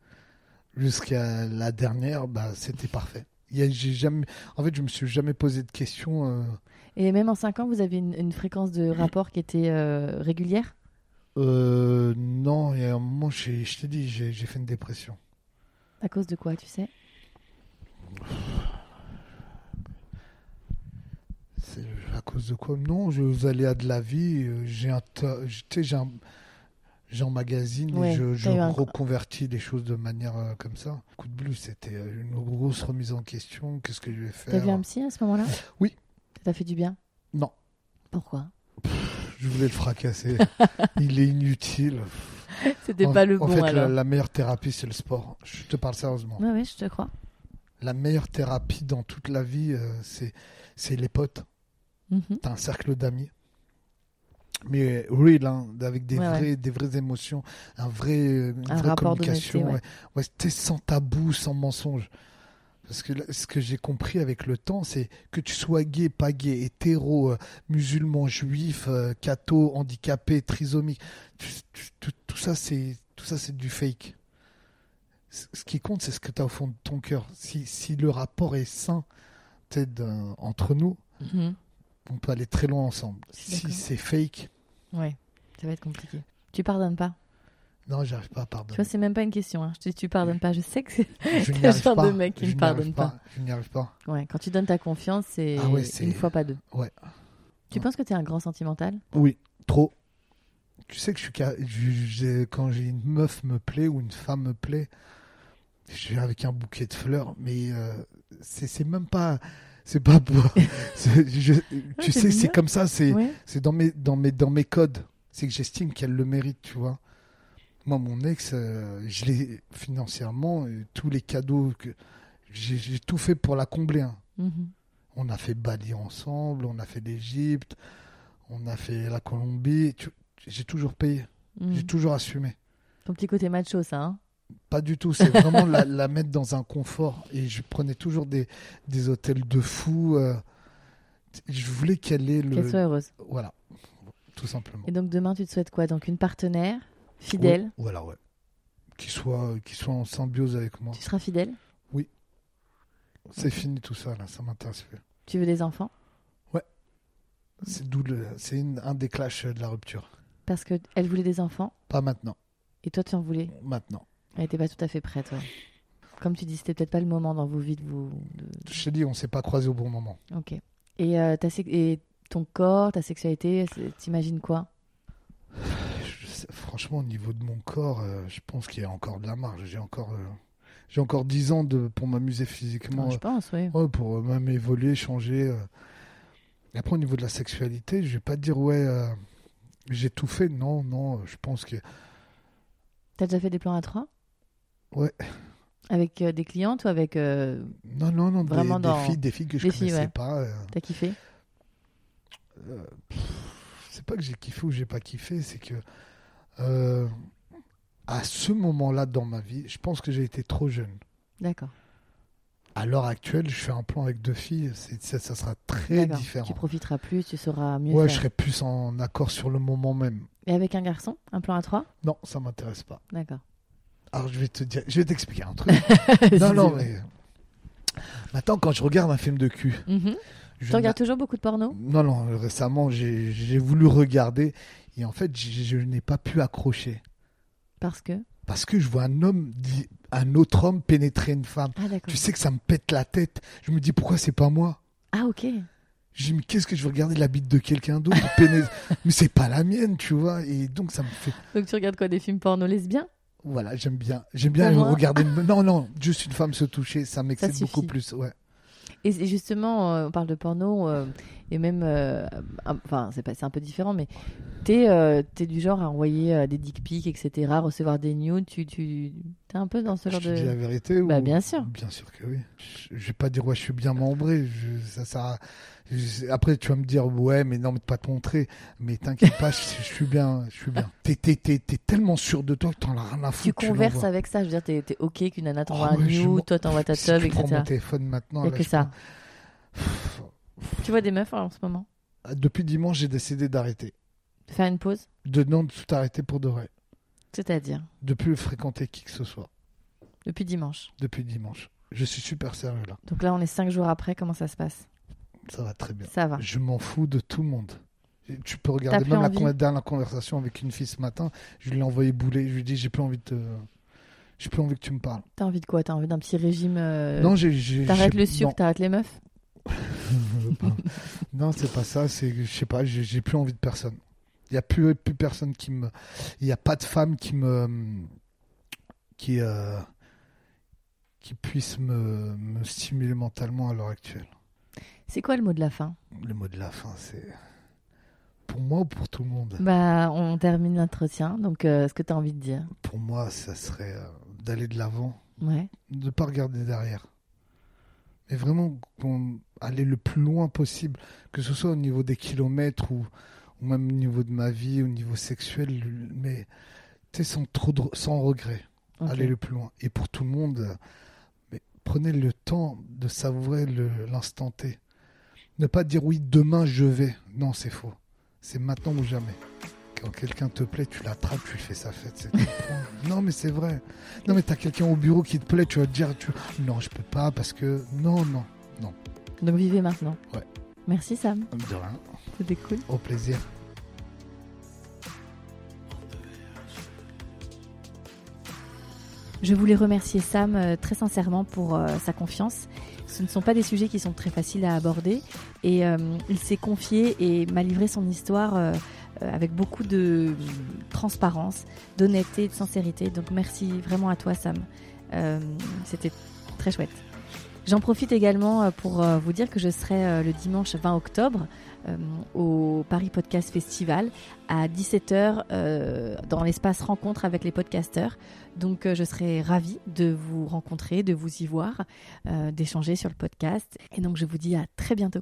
jusqu'à la dernière, bah, c'était parfait. Il y a- j'ai jamais, en fait, je me suis jamais posé de questions. euh, Et même en 5 ans, vous avez une, une fréquence de rapport qui était euh, régulière euh, non, il y a un moment, j'ai- je t'ai dit, j'ai, j'ai fait une dépression. À cause de quoi, tu sais C'est à cause de quoi Non, je vous allez à de la vie. euh, J'ai un, tas- tu sais, j'ai un- j'emmagasine et Ouais, je, je t'as eu un- reconvertis les choses de manière euh, comme ça. Coup de bleu, c'était euh, une grosse remise en question. Qu'est-ce que je vais faire T'as vu un psy à ce moment-là Oui. Ça t'a fait du bien Non. Pourquoi Je voulais le fracasser. Il est inutile. C'était En- pas le En bon fait, la, alors. la meilleure thérapie, c'est le sport. Je te parle sérieusement. Ouais, ouais, je te crois. La meilleure thérapie dans toute la vie, euh, c'est c'est les potes. Mhm. T'as un cercle d'amis. Mais euh, real, hein, avec des, Ouais, vrais, des vraies émotions, un vrai, euh, une Un vraie rapport communication. d'honnêteté, ouais. Ouais, c'était sans tabou, sans mensonge. Parce que là, ce que j'ai compris avec le temps, c'est que tu sois gay, pas gay, hétéro, euh, musulman, juif, euh, catho, handicapé, trisomique, tu- tu- tout, tout ça c'est tout ça c'est du fake. C- Ce qui compte, c'est ce que tu as au fond de ton cœur. Si, si le rapport est sain t'es d'un- entre nous, Mhm. on peut aller très loin ensemble. suis d'accord. Si c'est fake, Ouais, ça va être compliqué. Tu pardonnes pas. non, j'arrive pas à Tu pardonner. vois, c'est même pas une question. hein. Je te dis, tu pardonnes pas. Je sais que c'est. je t'es n'y le arrive genre de pas. mec qui Je ne n'y pardonne arrive pas. Je n'y arrive pas. Ouais, quand tu donnes ta confiance, c'est Ah ouais, c'est- une fois, pas deux. Ouais. Tu Ouais. penses que t'es un grand sentimental Oui, trop. Tu sais que je suis ca- je- j'ai- quand j'ai une meuf me plaît ou une femme me plaît, je viens avec un bouquet de fleurs, mais euh, c'est c'est même pas c'est pas beau. C'est- je- Ah, c'est tu sais, c'est mignon. comme ça, c'est Ouais. c'est dans mes dans mes dans mes codes. C'est que j'estime qu'elle le mérite, tu vois. Moi, mon ex, euh, je l'ai financièrement euh, tous les cadeaux que j'ai j'ai tout fait pour la combler. hein. Mhm. On a fait Bali ensemble, on a fait l'Égypte, on a fait la Colombie. Tu- J'ai toujours payé, Mhm. j'ai toujours assumé. Ton petit côté macho, ça. hein Pas du tout, c'est vraiment la, la mettre dans un confort. Et je prenais toujours des, des hôtels de fous. euh, je voulais qu'elle ait le. Qu'elle soit heureuse. Voilà, tout simplement. Et donc demain, tu te souhaites quoi Donc une partenaire fidèle. Oui, voilà, ouais. Qui soit, qui soit en symbiose avec moi. Tu seras fidèle. C'est fini tout ça, là, ça m'intéresse plus. Tu veux des enfants C'est d'où le- c'est une- un des clashs euh, de la rupture. parce que elle voulait des enfants Pas maintenant, et toi tu en voulais. maintenant. Elle n'était pas tout à fait prête. ouais. Comme tu dis, c'était peut-être pas le moment dans vos vies de vous. de- Je t'ai dit, on s'est pas croisés au bon moment. Ok. Et, euh, ta sex- et ton corps, ta sexualité, c'est- t'imagines quoi Je sais- franchement, au niveau de mon corps, euh, je pense qu'il y a encore de la marge. J'ai encore, euh, j'ai encore 10 ans de, pour m'amuser physiquement, Ouais, Bah, Je pense, oui. euh, ouais, pour euh, même évoluer, changer. euh. Et après, au niveau de la sexualité, je vais pas te dire, ouais, euh, j'ai tout fait. Non, non, euh, je pense que. T'as déjà fait des plans à trois Ouais. Avec euh, des clientes ou avec euh, Non, non, non, des, Vraiment des dans- filles, des filles que je euh, des filles, connaissais ouais. pas. euh, t'as kiffé euh, pff, c'est pas que j'ai kiffé ou j'ai pas kiffé, c'est que euh, à ce moment-là dans ma vie, je pense que j'ai été trop jeune. D'accord. À l'heure actuelle, je fais un plan avec deux filles, c'est, ça, ça sera très D'accord. différent. Tu profiteras plus, tu sauras mieux Ouais, je faire. serais plus en accord sur le moment même. Et avec un garçon, un plan à trois Non, ça m'intéresse pas. D'accord. Alors je vais te dire, je vais t'expliquer un truc. non, non, mais maintenant quand je regarde un film de cul, Mhm. je Tu regardes toujours beaucoup de porno Non, non, récemment, j'ai j'ai voulu regarder et en fait, j'ai- je n'ai pas pu accrocher. Parce que. Parce que je vois un homme, di- un autre homme pénétrer une femme. Ah, d'accord. Tu sais que ça me pète la tête. Je me dis, pourquoi c'est pas moi Ah, ok. J'ai dit, mais qu'est-ce que je vais regarder la bite de quelqu'un d'autre pénétrer Mais c'est pas la mienne, tu vois. Et donc, ça me fait. Donc, tu regardes quoi Des films porno lesbiens Voilà, j'aime bien. J'aime bien Au moins. regarder. une- Non, non, juste une femme se toucher, ça m'excite suffit. beaucoup plus. Ouais. Et c'est justement, euh, on parle de porno, euh, et même. euh, un- Enfin, c'est pas- c'est un peu différent, mais t'es euh, t'es du genre à envoyer euh, des dick pics, etc., recevoir des nudes, tu, tu... t'es un peu dans ce Je genre te dis la de. vérité Bah, ou- bien sûr. Bien sûr que oui. Je- Je vais pas dire ouais, je suis bien membré. Je- ça, ça, je- après, tu vas me dire ouais, mais non, mais pas te montrer. Mais t'inquiète pas, je, je suis bien, je suis bien. T'es, t'es, t'es, t'es tellement sûr de toi que t'en as rien à Tu foutre. converses l'envoies. avec ça, je veux dire, t'es t'es ok qu'une nana t'envoie Oh, un ouais, je m'en- nude, toi t'envoies ta Si je teub, prends etc. mon téléphone maintenant. Il a là, que je ça. prends- Tu vois des meufs en ce moment Depuis dimanche, j'ai décidé d'arrêter, Faire une pause de non de tout arrêter pour de vrai, C'est-à-dire de plus fréquenter qui que ce soit. Depuis dimanche. Depuis dimanche, je suis super sérieux là. Donc là, on est cinq jours après, comment ça se passe Ça va très bien. Ça va. Je m'en fous de tout le monde. Et Tu peux regarder plus même la envie con- dernière conversation avec une fille ce matin. Je lui ai envoyé bouler. Je lui ai dit j'ai plus envie de te... j'ai plus envie que tu me parles. T'as envie de quoi T'as envie d'un petit régime euh, non, j'ai- j'ai. T'arrêtes j'ai- le sucre, non. t'arrêtes les meufs Je veux pas. Non, c'est pas ça. C'est que, je sais pas. J'ai j'ai plus envie de personne. Il y a plus plus personne qui me. Il y a pas de femme qui me qui euh, qui puisse me me stimuler mentalement à l'heure actuelle. C'est quoi le mot de la fin Le mot de la fin, c'est pour moi ou pour tout le monde. Bah, on termine l'entretien. Donc, euh, ce que t'as envie de dire Pour moi, ça serait euh, d'aller de l'avant, Ouais. de ne pas regarder derrière. Mais vraiment qu'on- aller le plus loin possible, que ce soit au niveau des kilomètres ou, ou même au niveau de ma vie, au niveau sexuel, le- mais tu sais, sans, trop de, sans regret, ok. aller le plus loin. Et pour tout le monde, euh, mais prenez le temps de savourer le- l'instant T. Ne pas dire oui, demain je vais. Non, c'est faux. C'est maintenant ou jamais. Quand quelqu'un te plaît, tu l'attrapes, tu lui fais sa fête. c'est tout. non, mais c'est vrai. Non, mais t'as quelqu'un au bureau qui te plaît, tu vas te dire tu... non, je peux pas parce que. Non, non. Donc, vivez maintenant. Ouais. Merci, Sam. De rien. C'était cool. Au plaisir. Je voulais remercier Sam euh, très sincèrement pour euh, sa confiance. Ce ne sont pas des sujets qui sont très faciles à aborder et euh, il s'est confié et m'a livré son histoire euh, euh, avec beaucoup de euh, transparence, d'honnêteté et de sincérité. Donc merci vraiment à toi Sam. Euh, C'était très chouette. J'en profite également euh, pour euh, vous dire que je serai euh, le dimanche 20 octobre euh, au Paris Podcast Festival à 17h euh, dans l'espace rencontre avec les podcasteurs. Donc euh, je serai ravie de vous rencontrer, de vous y voir, euh, d'échanger sur le podcast. Et donc je vous dis à très bientôt.